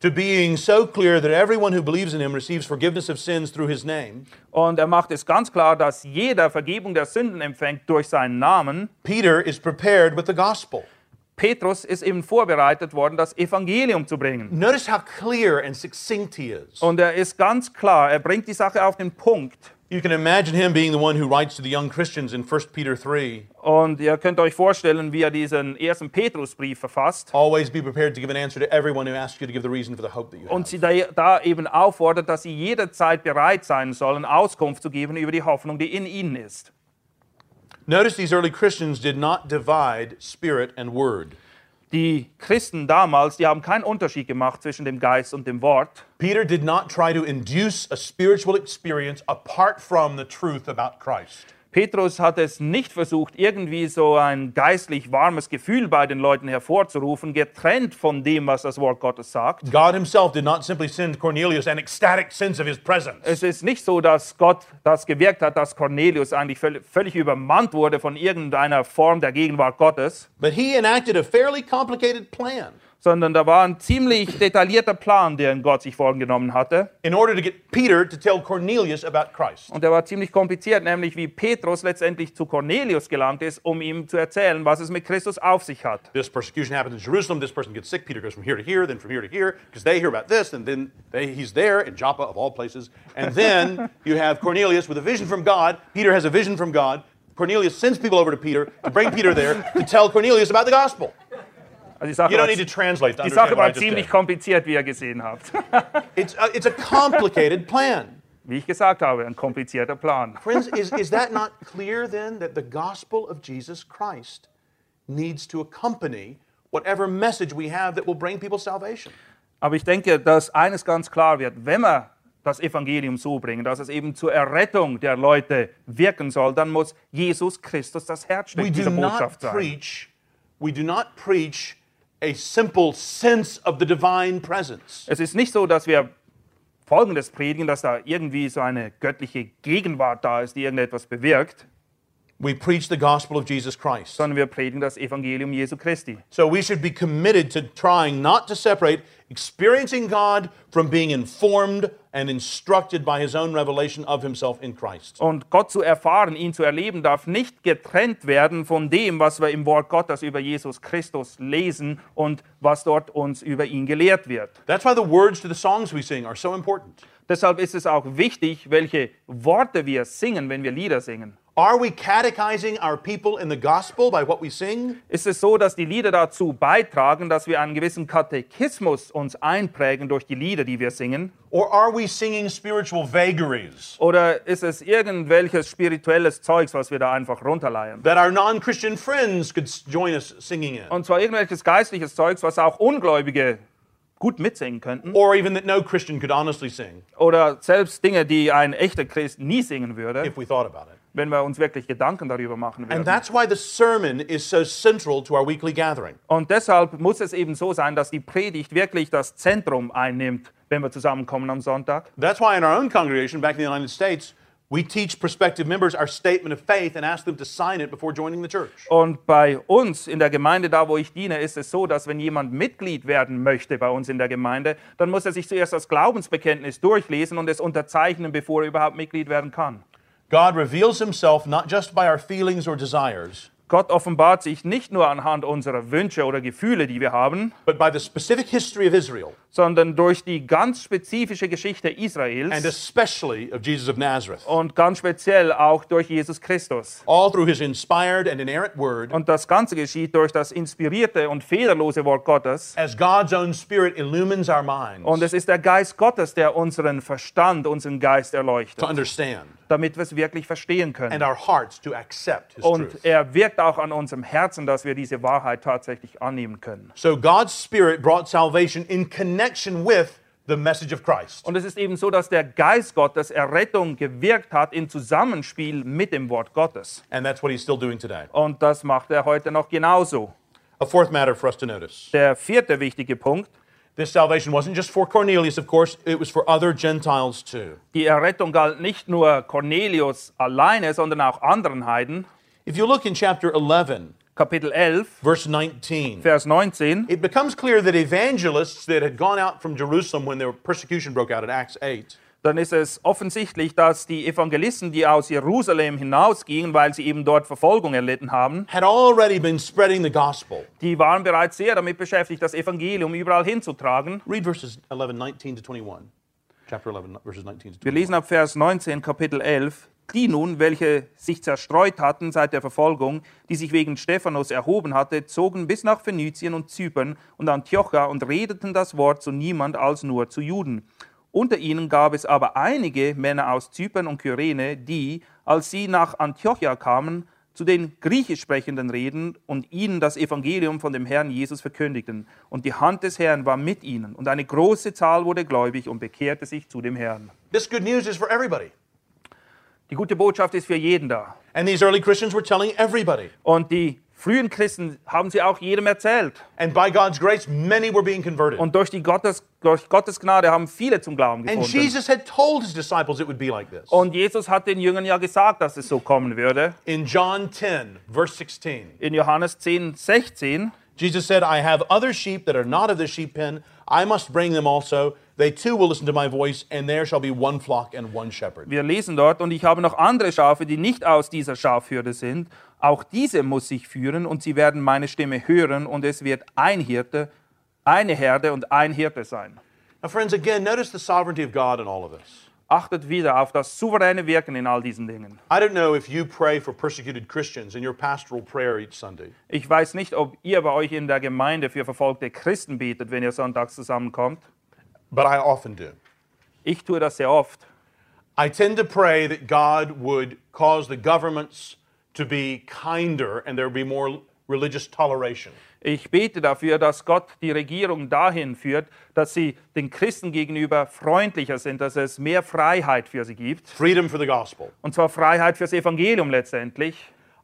S1: To being so clear that everyone who believes in him receives forgiveness of sins through his name,
S2: Und er macht es ganz klar, dass jeder Vergebung der Sünden empfängt durch seinen Namen.
S1: Peter is prepared with the gospel.
S2: Petrus ist eben vorbereitet worden, das Evangelium zu bringen.
S1: Notice how clear and succinct he is.
S2: Und er ist ganz klar, er bringt die Sache auf den Punkt.
S1: You can imagine him being the one who writes to the young Christians in 1 Peter 3
S2: Und ihr könnt euch vorstellen, wie er diesen ersten Petrusbrief verfasst
S1: Always be prepared to give an answer to everyone who asks you to give the reason for the hope that you have.
S2: und sie da, da eben auffordert, dass sie jederzeit bereit sein sollen, Auskunft zu geben über die Hoffnung, die in ihnen ist.
S1: Notice these early Christians did not divide spirit and word.
S2: Die Christen damals, die haben keinen Unterschied gemacht zwischen dem Geist und dem Wort.
S1: Peter did not try to induce a spiritual experience apart from the truth about Christ.
S2: Petrus hat es nicht versucht, irgendwie so ein geistlich warmes Gefühl bei den Leuten hervorzurufen, getrennt von dem, was das Wort Gottes sagt.
S1: God himself did not simply send Cornelius an ecstatic sense of his presence.
S2: Es ist nicht so, dass Gott das gewirkt hat, dass Cornelius eigentlich völ- völlig übermannt wurde von irgendeiner Form der Gegenwart Gottes,
S1: But he enacted a fairly complicated plan
S2: sondern da war ein ziemlich detaillierter Plan, den Gott sich vorgenommen hatte.
S1: in order to get Peter to tell Cornelius about Christ.
S2: Und der war ziemlich kompliziert, nämlich wie Petrus letztendlich zu Cornelius gelangt ist, um ihm zu erzählen, was es mit Christus auf sich hat.
S1: This persecution happens in Jerusalem. This person gets sick. Peter goes from here to here, then from here to here, because they hear about this, and then they, he's there in Joppa, of all places. And then you have Cornelius with a vision from God. Peter has a vision from God. Cornelius sends people over to Peter to bring Peter there to tell Cornelius about the gospel.
S2: Also die Sache,
S1: You
S2: war,
S1: don't need to translate to
S2: die
S1: understand
S2: Sache
S1: what I
S2: war
S1: just did.
S2: ziemlich kompliziert, wie ihr gesehen habt.
S1: It's a, it's a complicated plan.
S2: Wie ich gesagt habe, ein komplizierter Plan.
S1: Friends, is, is that not clear then that the gospel of Jesus Christ needs to accompany whatever message we have that will bring people salvation?
S2: Aber ich denke, dass eines ganz klar wird, wenn wir das Evangelium so bringen, dass es eben zur Errettung der Leute wirken soll, dann muss Jesus Christus das
S1: we
S2: Herzstück
S1: do
S2: dieser
S1: not
S2: Botschaft sein.
S1: preach we do not preach a simple sense of the divine presence
S2: Es ist nicht so, dass wir Folgendes predigen, dass da irgendwie so eine göttliche Gegenwart da ist, die irgendetwas bewirkt,
S1: We preach the gospel of Jesus Christ.
S2: sondern wir predigen das Evangelium Jesu Christi.
S1: So we should be committed to trying not to separate experiencing God from being informed and instructed by his own revelation of himself in Christ.
S2: Und Gott zu erfahren, ihn zu erleben, darf nicht getrennt werden von dem, was wir im Wort Gottes über Jesus Christus lesen und was dort uns über ihn gelehrt wird.
S1: That's why the words to the songs we sing are so important.
S2: Deshalb ist es auch wichtig, welche Worte wir singen, wenn wir Lieder singen.
S1: Are we catechizing our people in the gospel by what we sing?
S2: Ist es so, dass die Lieder dazu beitragen, dass wir einen gewissen Katechismus uns einprägen durch die Lieder, die wir singen?
S1: Or are we singing spiritual vagaries
S2: Oder ist es irgendwelches spirituelles Zeugs, was wir da einfach runterleiern?
S1: that our non Christian friends could s- join us singing in?
S2: Und zwar irgendwelches geistliches Zeugs, was auch Ungläubige gut mitsingen könnten.
S1: Or even that no Christian could honestly sing
S2: Oder selbst Dinge, die ein echter Christ nie singen würde,
S1: if we thought about it.
S2: wenn wir uns wirklich Gedanken darüber machen
S1: And
S2: würden.
S1: that's why the sermon is so central to our weekly gathering.
S2: Und deshalb muss es eben so sein, dass die Predigt wirklich das Zentrum einnimmt, wenn wir zusammenkommen am Sonntag.
S1: That's why in our own congregation back in the United States, we teach prospective members our statement of faith and ask them to sign it before joining the church.
S2: Und bei uns in der Gemeinde, da wo ich diene, ist es so, dass wenn jemand Mitglied werden möchte bei uns in der Gemeinde, dann muss er sich zuerst das Glaubensbekenntnis durchlesen und es unterzeichnen, bevor er überhaupt Mitglied werden kann.
S1: God reveals himself not just by our feelings or desires,
S2: Gott offenbart sich nicht nur anhand unserer Wünsche oder Gefühle, die wir haben,
S1: but by the specific history of Israel
S2: sondern durch die ganz spezifische Geschichte
S1: and
S2: Israels
S1: especially of Jesus of Nazareth.
S2: und ganz speziell auch durch Jesus Christus.
S1: All through his inspired and inerrant word,
S2: Und das Ganze geschieht durch das inspirierte und fehlerlose Wort Gottes.
S1: as God's own spirit illumines our minds
S2: Und es ist der Geist Gottes, der unseren Verstand, unseren Geist erleuchtet.
S1: to understand
S2: damit wir es wirklich verstehen können.
S1: and our hearts to accept his
S2: Und
S1: truth.
S2: er wirkt auch an unserem Herzen, dass wir diese Wahrheit tatsächlich annehmen können.
S1: So God's spirit brought salvation in connection with the message of Christ.
S2: Und es ist eben so, dass der Geist Gottes Errettung gewirkt hat im Zusammenspiel mit dem Wort Gottes.
S1: And that's what he's still doing today.
S2: Und das macht er heute noch genauso.
S1: A fourth matter for us to notice.
S2: Der vierte wichtige Punkt,
S1: This salvation wasn't just for Cornelius, of course, it was for other Gentiles too.
S2: die Errettung galt nicht nur Cornelius alleine, sondern auch anderen Heiden.
S1: If you look in chapter 11,
S2: Kapitel 11,
S1: verse 19,
S2: Vers 19.
S1: it becomes clear that evangelists that had gone out from Jerusalem when their persecution broke out in Acts 8
S2: dann ist es offensichtlich, dass die Evangelisten, die aus Jerusalem hinausgingen, weil sie eben dort Verfolgung erlitten haben,
S1: had already been spreading the gospel.
S2: die waren bereits sehr damit beschäftigt, das Evangelium überall hinzutragen.
S1: Read verses 11, 19 to 21. Chapter 11, verses 19 to
S2: Wir
S1: 21.
S2: lesen ab Vers 19, Kapitel 11. Die nun, welche sich zerstreut hatten seit der Verfolgung, die sich wegen Stephanus erhoben hatte, zogen bis nach Phönizien und Zypern und Antiochia und redeten das Wort zu niemand als nur zu Juden. Unter ihnen gab es aber einige Männer aus Zypern und Kyrene, die, als sie nach Antiochia kamen, zu den griechisch sprechenden reden und ihnen das Evangelium von dem Herrn Jesus verkündigten. Und die Hand des Herrn war mit ihnen, und eine große Zahl wurde gläubig und bekehrte sich zu dem Herrn.
S1: This good news is for everybody.
S2: Die gute Botschaft ist für jeden da.
S1: And these early Christians were telling everybody.
S2: Und die frühen Christen haben sie auch jedem erzählt.
S1: And by God's grace, many were being converted.
S2: Und durch, die Gottes, durch Gottes Gnade haben viele zum Glauben
S1: And
S2: gefunden.
S1: Jesus had told his disciples it would be like this.
S2: Und Jesus hat den Jüngern ja gesagt, dass es so kommen würde.
S1: In John 10, verse 16.
S2: In Johannes 10, 16.
S1: Jesus said, I have other sheep that are not of this sheep pen. I must bring them also. They too will listen to my voice, and there shall be one flock and one shepherd.
S2: Wir lesen dort, und ich habe noch andere Schafe, die nicht aus dieser Schafhürde sind. Auch diese muss ich führen, und sie werden meine Stimme hören, und es wird ein Hirte, eine Herde und ein Hirte sein.
S1: Now, friends, again, notice the sovereignty of God in all of this.
S2: Achtet wieder auf das souveräne Wirken in all diesen Dingen.
S1: I don't know if you pray for persecuted Christians in your pastoral prayer each Sunday,
S2: Ich weiß nicht, ob ihr bei euch in der Gemeinde für verfolgte Christen betet, wenn ihr sonntags zusammenkommt.
S1: but I often do.
S2: Ich tue das sehr oft.
S1: I tend to pray that God would cause the governments to be kinder and there would be more religious toleration.
S2: Ich bete dafür, dass Gott die Regierung dahin führt, dass sie den Christen gegenüber freundlicher sind, dass es mehr Freiheit für sie gibt.
S1: Freedom for the gospel.
S2: Und zwar Freiheit fürs Evangelium letztendlich.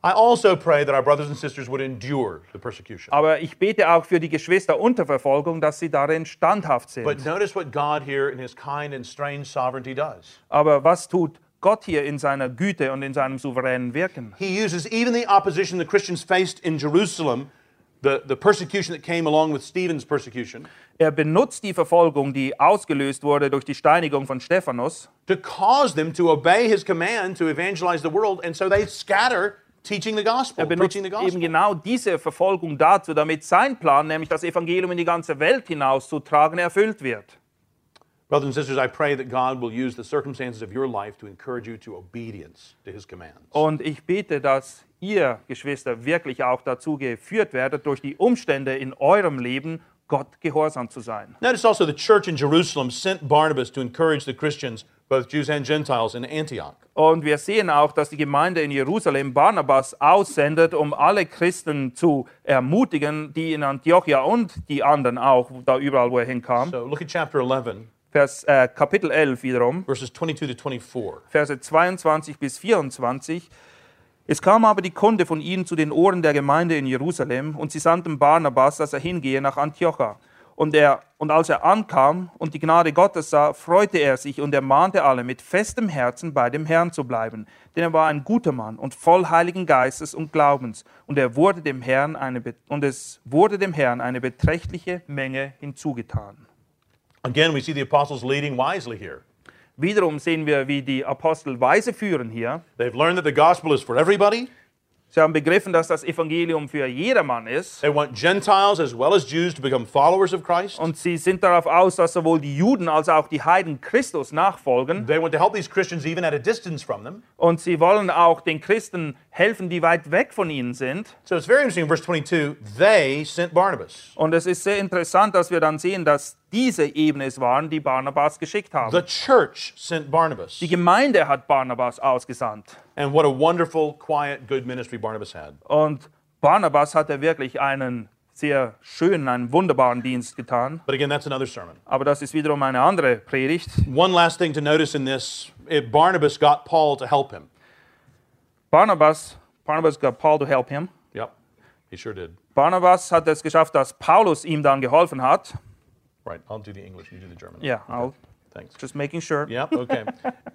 S1: I also pray that our brothers and sisters would endure the persecution.
S2: Aber ich bete auch für die Geschwister unter Verfolgung, dass sie darin standhaft sind.
S1: But notice what God here in his kind and strange sovereignty does.
S2: Aber was tut Gott hier in seiner Güte und in seinem souveränen Wirken?
S1: He uses even the opposition the Christians faced in Jerusalem, the, the persecution that came along with Stephen's persecution,
S2: Er benutzt die Verfolgung, die ausgelöst wurde durch die Steinigung von Stephanus,
S1: to cause them to obey his command to evangelize the world. And so they scatter teaching the gospel,
S2: Er benutzt
S1: preaching the
S2: eben
S1: gospel.
S2: genau diese Verfolgung dazu, damit sein Plan, nämlich das Evangelium in die ganze Welt hinauszutragen, erfüllt wird.
S1: Brothers and sisters, I pray that God will use the circumstances of your life to encourage you to obedience to his commands.
S2: Und ich bete, dass ihr, Geschwister, wirklich auch dazu geführt werdet, durch die Umstände in eurem Leben Gott gehorsam zu sein.
S1: Notice also the church in Jerusalem sent Barnabas to encourage the Christians, both Jews and Gentiles, in Antioch.
S2: Und wir sehen auch, dass die Gemeinde in Jerusalem Barnabas aussendet, um alle Christen zu ermutigen, die in Antiochia und die anderen auch, da überall, wo er hinkam.
S1: So look at chapter 11,
S2: Vers, äh, Kapitel 11 wiederum.
S1: verses 22 to 24.
S2: Verse 22 bis 24. Es kam aber die Kunde von ihnen zu den Ohren der Gemeinde in Jerusalem, und sie sandten Barnabas, dass er hingehe nach Antiocha. Und, er, und als er ankam und die Gnade Gottes sah, freute er sich und ermahnte alle, mit festem Herzen bei dem Herrn zu bleiben. Denn er war ein guter Mann und voll Heiligen Geistes und Glaubens. Und, er wurde dem Herrn eine, bet- und es wurde dem Herrn eine beträchtliche Menge hinzugetan.
S1: Again, we see the apostles leading wisely here.
S2: Wiederum sehen wir, wie die Apostel weise führen hier.
S1: They've learned that the gospel is for everybody.
S2: Sie haben begriffen, dass das Evangelium für jedermann ist.
S1: They want Gentiles as well as Jews to become followers of Christ.
S2: Und sie sind darauf aus, dass sowohl die Juden als auch die Heiden Christus nachfolgen.
S1: They want to help these Christians even at a distance from them.
S2: Und sie wollen auch den Christen helfen, die weit weg von ihnen sind.
S1: So it's very interesting in verse 22, they sent Barnabas.
S2: Und es ist sehr interessant, dass wir dann sehen, dass diese Ebene es waren, die Barnabas geschickt haben.
S1: The church sent Barnabas.
S2: Die Gemeinde hat Barnabas ausgesandt.
S1: And what a wonderful, quiet, good ministry Barnabas had.
S2: Und Barnabas hatte wirklich einen sehr schönen, einen wunderbaren Dienst getan.
S1: But again, that's another sermon.
S2: Aber das ist wiederum eine andere Predigt.
S1: One last thing to notice in this it, Barnabas got Paul to help him.
S2: Barnabas, Barnabas got Paul to help him.
S1: Yep, he sure did.
S2: Barnabas hat es geschafft, dass Paulus ihm dann geholfen hat.
S1: Right, I'll do the English, you do the German.
S2: Ja, I'll-
S1: Thanks.
S2: just making sure.
S1: Yep, okay.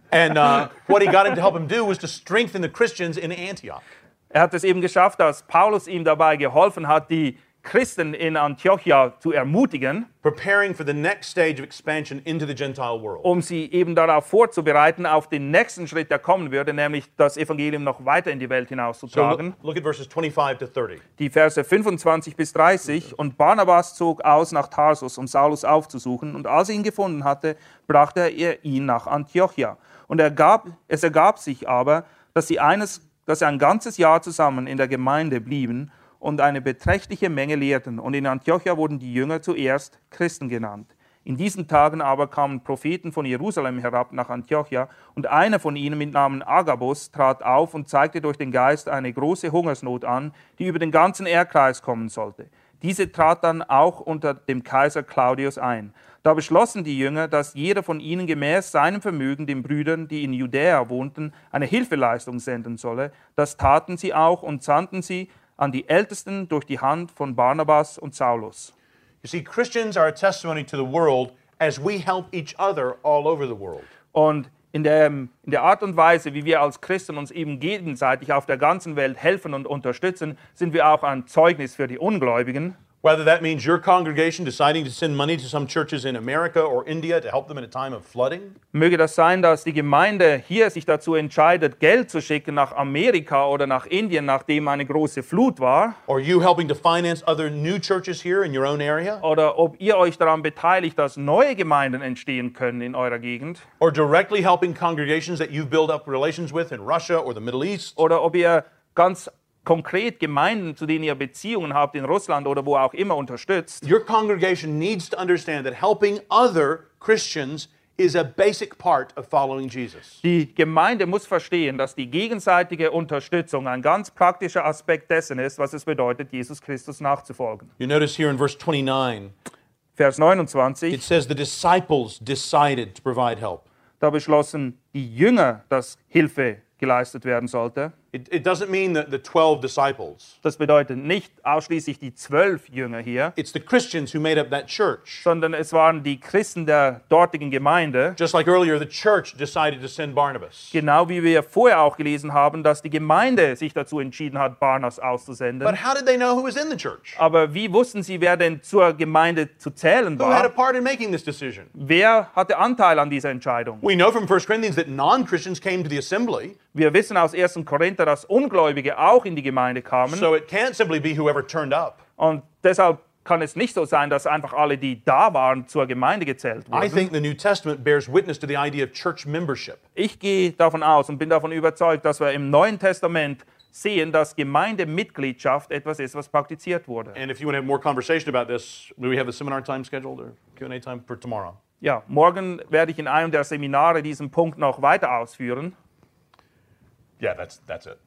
S1: and uh, what he got him to help him do was to strengthen the Christians in Antioch.
S2: Er hat es eben geschafft, dass Paulus ihm dabei geholfen hat, die Christen in Antiochia zu ermutigen,
S1: preparing for the next stage of expansion into the Gentile world.
S2: um sie eben darauf vorzubereiten, auf den nächsten Schritt, der kommen würde, nämlich das Evangelium noch weiter in die Welt
S1: So
S2: hinauszutragen.
S1: look, look at verses 25 to 30.
S2: die Verse 25 bis 30. Und Barnabas zog aus nach Tarsus, um Saulus aufzusuchen. Und als er ihn gefunden hatte, brachte er ihn nach Antiochia. Und er gab, es ergab sich aber, dass sie, eines, dass sie ein ganzes Jahr zusammen in der Gemeinde blieben und eine beträchtliche Menge lehrten. Und in Antiochia wurden die Jünger zuerst Christen genannt. In diesen Tagen aber kamen Propheten von Jerusalem herab nach Antiochia, und einer von ihnen mit Namen Agabus trat auf und zeigte durch den Geist eine große Hungersnot an, die über den ganzen Erdkreis kommen sollte. Diese trat dann auch unter dem Kaiser Claudius ein. Da beschlossen die Jünger, dass jeder von ihnen gemäß seinem Vermögen den Brüdern, die in Judäa wohnten, eine Hilfeleistung senden solle. Das taten sie auch und sandten sie an die Ältesten durch die Hand von Barnabas und Saulus.
S1: You see, Christians are a testimony to the world as we help each other all over the world.
S2: Und in der, ähm, in der Art und Weise, wie wir als Christen uns eben gegenseitig auf der ganzen Welt helfen und unterstützen, sind wir auch ein Zeugnis für die Ungläubigen.
S1: Whether that means your congregation deciding to send money to some churches in America or India to help them in a time of flooding,
S2: Möge das sein, dass die Gemeinde hier sich dazu entscheidet, Geld zu schicken nach Amerika oder nach Indien, nachdem eine große Flut war,
S1: or you helping to finance other new churches here in your own area,
S2: oder ob ihr euch daran beteiligt, dass neue Gemeinden entstehen können in eurer Gegend,
S1: or directly helping congregations that you've built up relations with in Russia or the Middle East,
S2: oder ob ihr ganz konkret Gemeinden, zu denen ihr Beziehungen habt in Russland oder wo auch immer, unterstützt.
S1: Your congregation needs to understand that helping other Christians is a basic part of following Jesus.
S2: Die Gemeinde muss verstehen, dass die gegenseitige Unterstützung ein ganz praktischer Aspekt dessen ist, was es bedeutet, Jesus Christus nachzufolgen.
S1: You notice here in verse 29,
S2: Vers
S1: it
S2: 29,
S1: says the disciples decided to provide help.
S2: da beschlossen die Jünger, dass Hilfe geleistet werden sollte.
S1: It, it doesn't mean that the 12 disciples,
S2: Das bedeutet nicht ausschließlich die zwölf Jünger hier,
S1: it's the Christians who made up that church.
S2: sondern es waren die Christen der dortigen Gemeinde,
S1: Just like earlier, the church decided to send Barnabas.
S2: genau wie wir vorher auch gelesen haben, dass die Gemeinde sich dazu entschieden hat, Barnas
S1: But
S2: auszusenden.
S1: how did they know who was in the church?
S2: Aber wie wussten sie, wer denn zur Gemeinde zu zählen
S1: Who had a
S2: war?
S1: part in making this decision?
S2: Wer hatte Anteil an dieser Entscheidung?
S1: We know from 1 Corinthians that non Christians came to the assembly,
S2: Wir wissen aus 1. Korinther, dass Ungläubige auch in die Gemeinde kamen.
S1: so it can't simply be whoever turned up.
S2: Und deshalb kann es nicht so sein, dass einfach alle, die da waren, zur Gemeinde gezählt
S1: I
S2: wurden.
S1: think the New Testament bears witness to the idea of church membership.
S2: Ich gehe davon aus und bin davon überzeugt, dass wir im Neuen Testament sehen, dass Gemeindemitgliedschaft etwas ist, was praktiziert wurde.
S1: And if you want to have more conversation about this, do we have a seminar time scheduled or Q&A time for tomorrow?
S2: Ja, morgen werde ich in einem der Seminare diesen Punkt noch weiter ausführen.
S1: Yeah, that's that's it.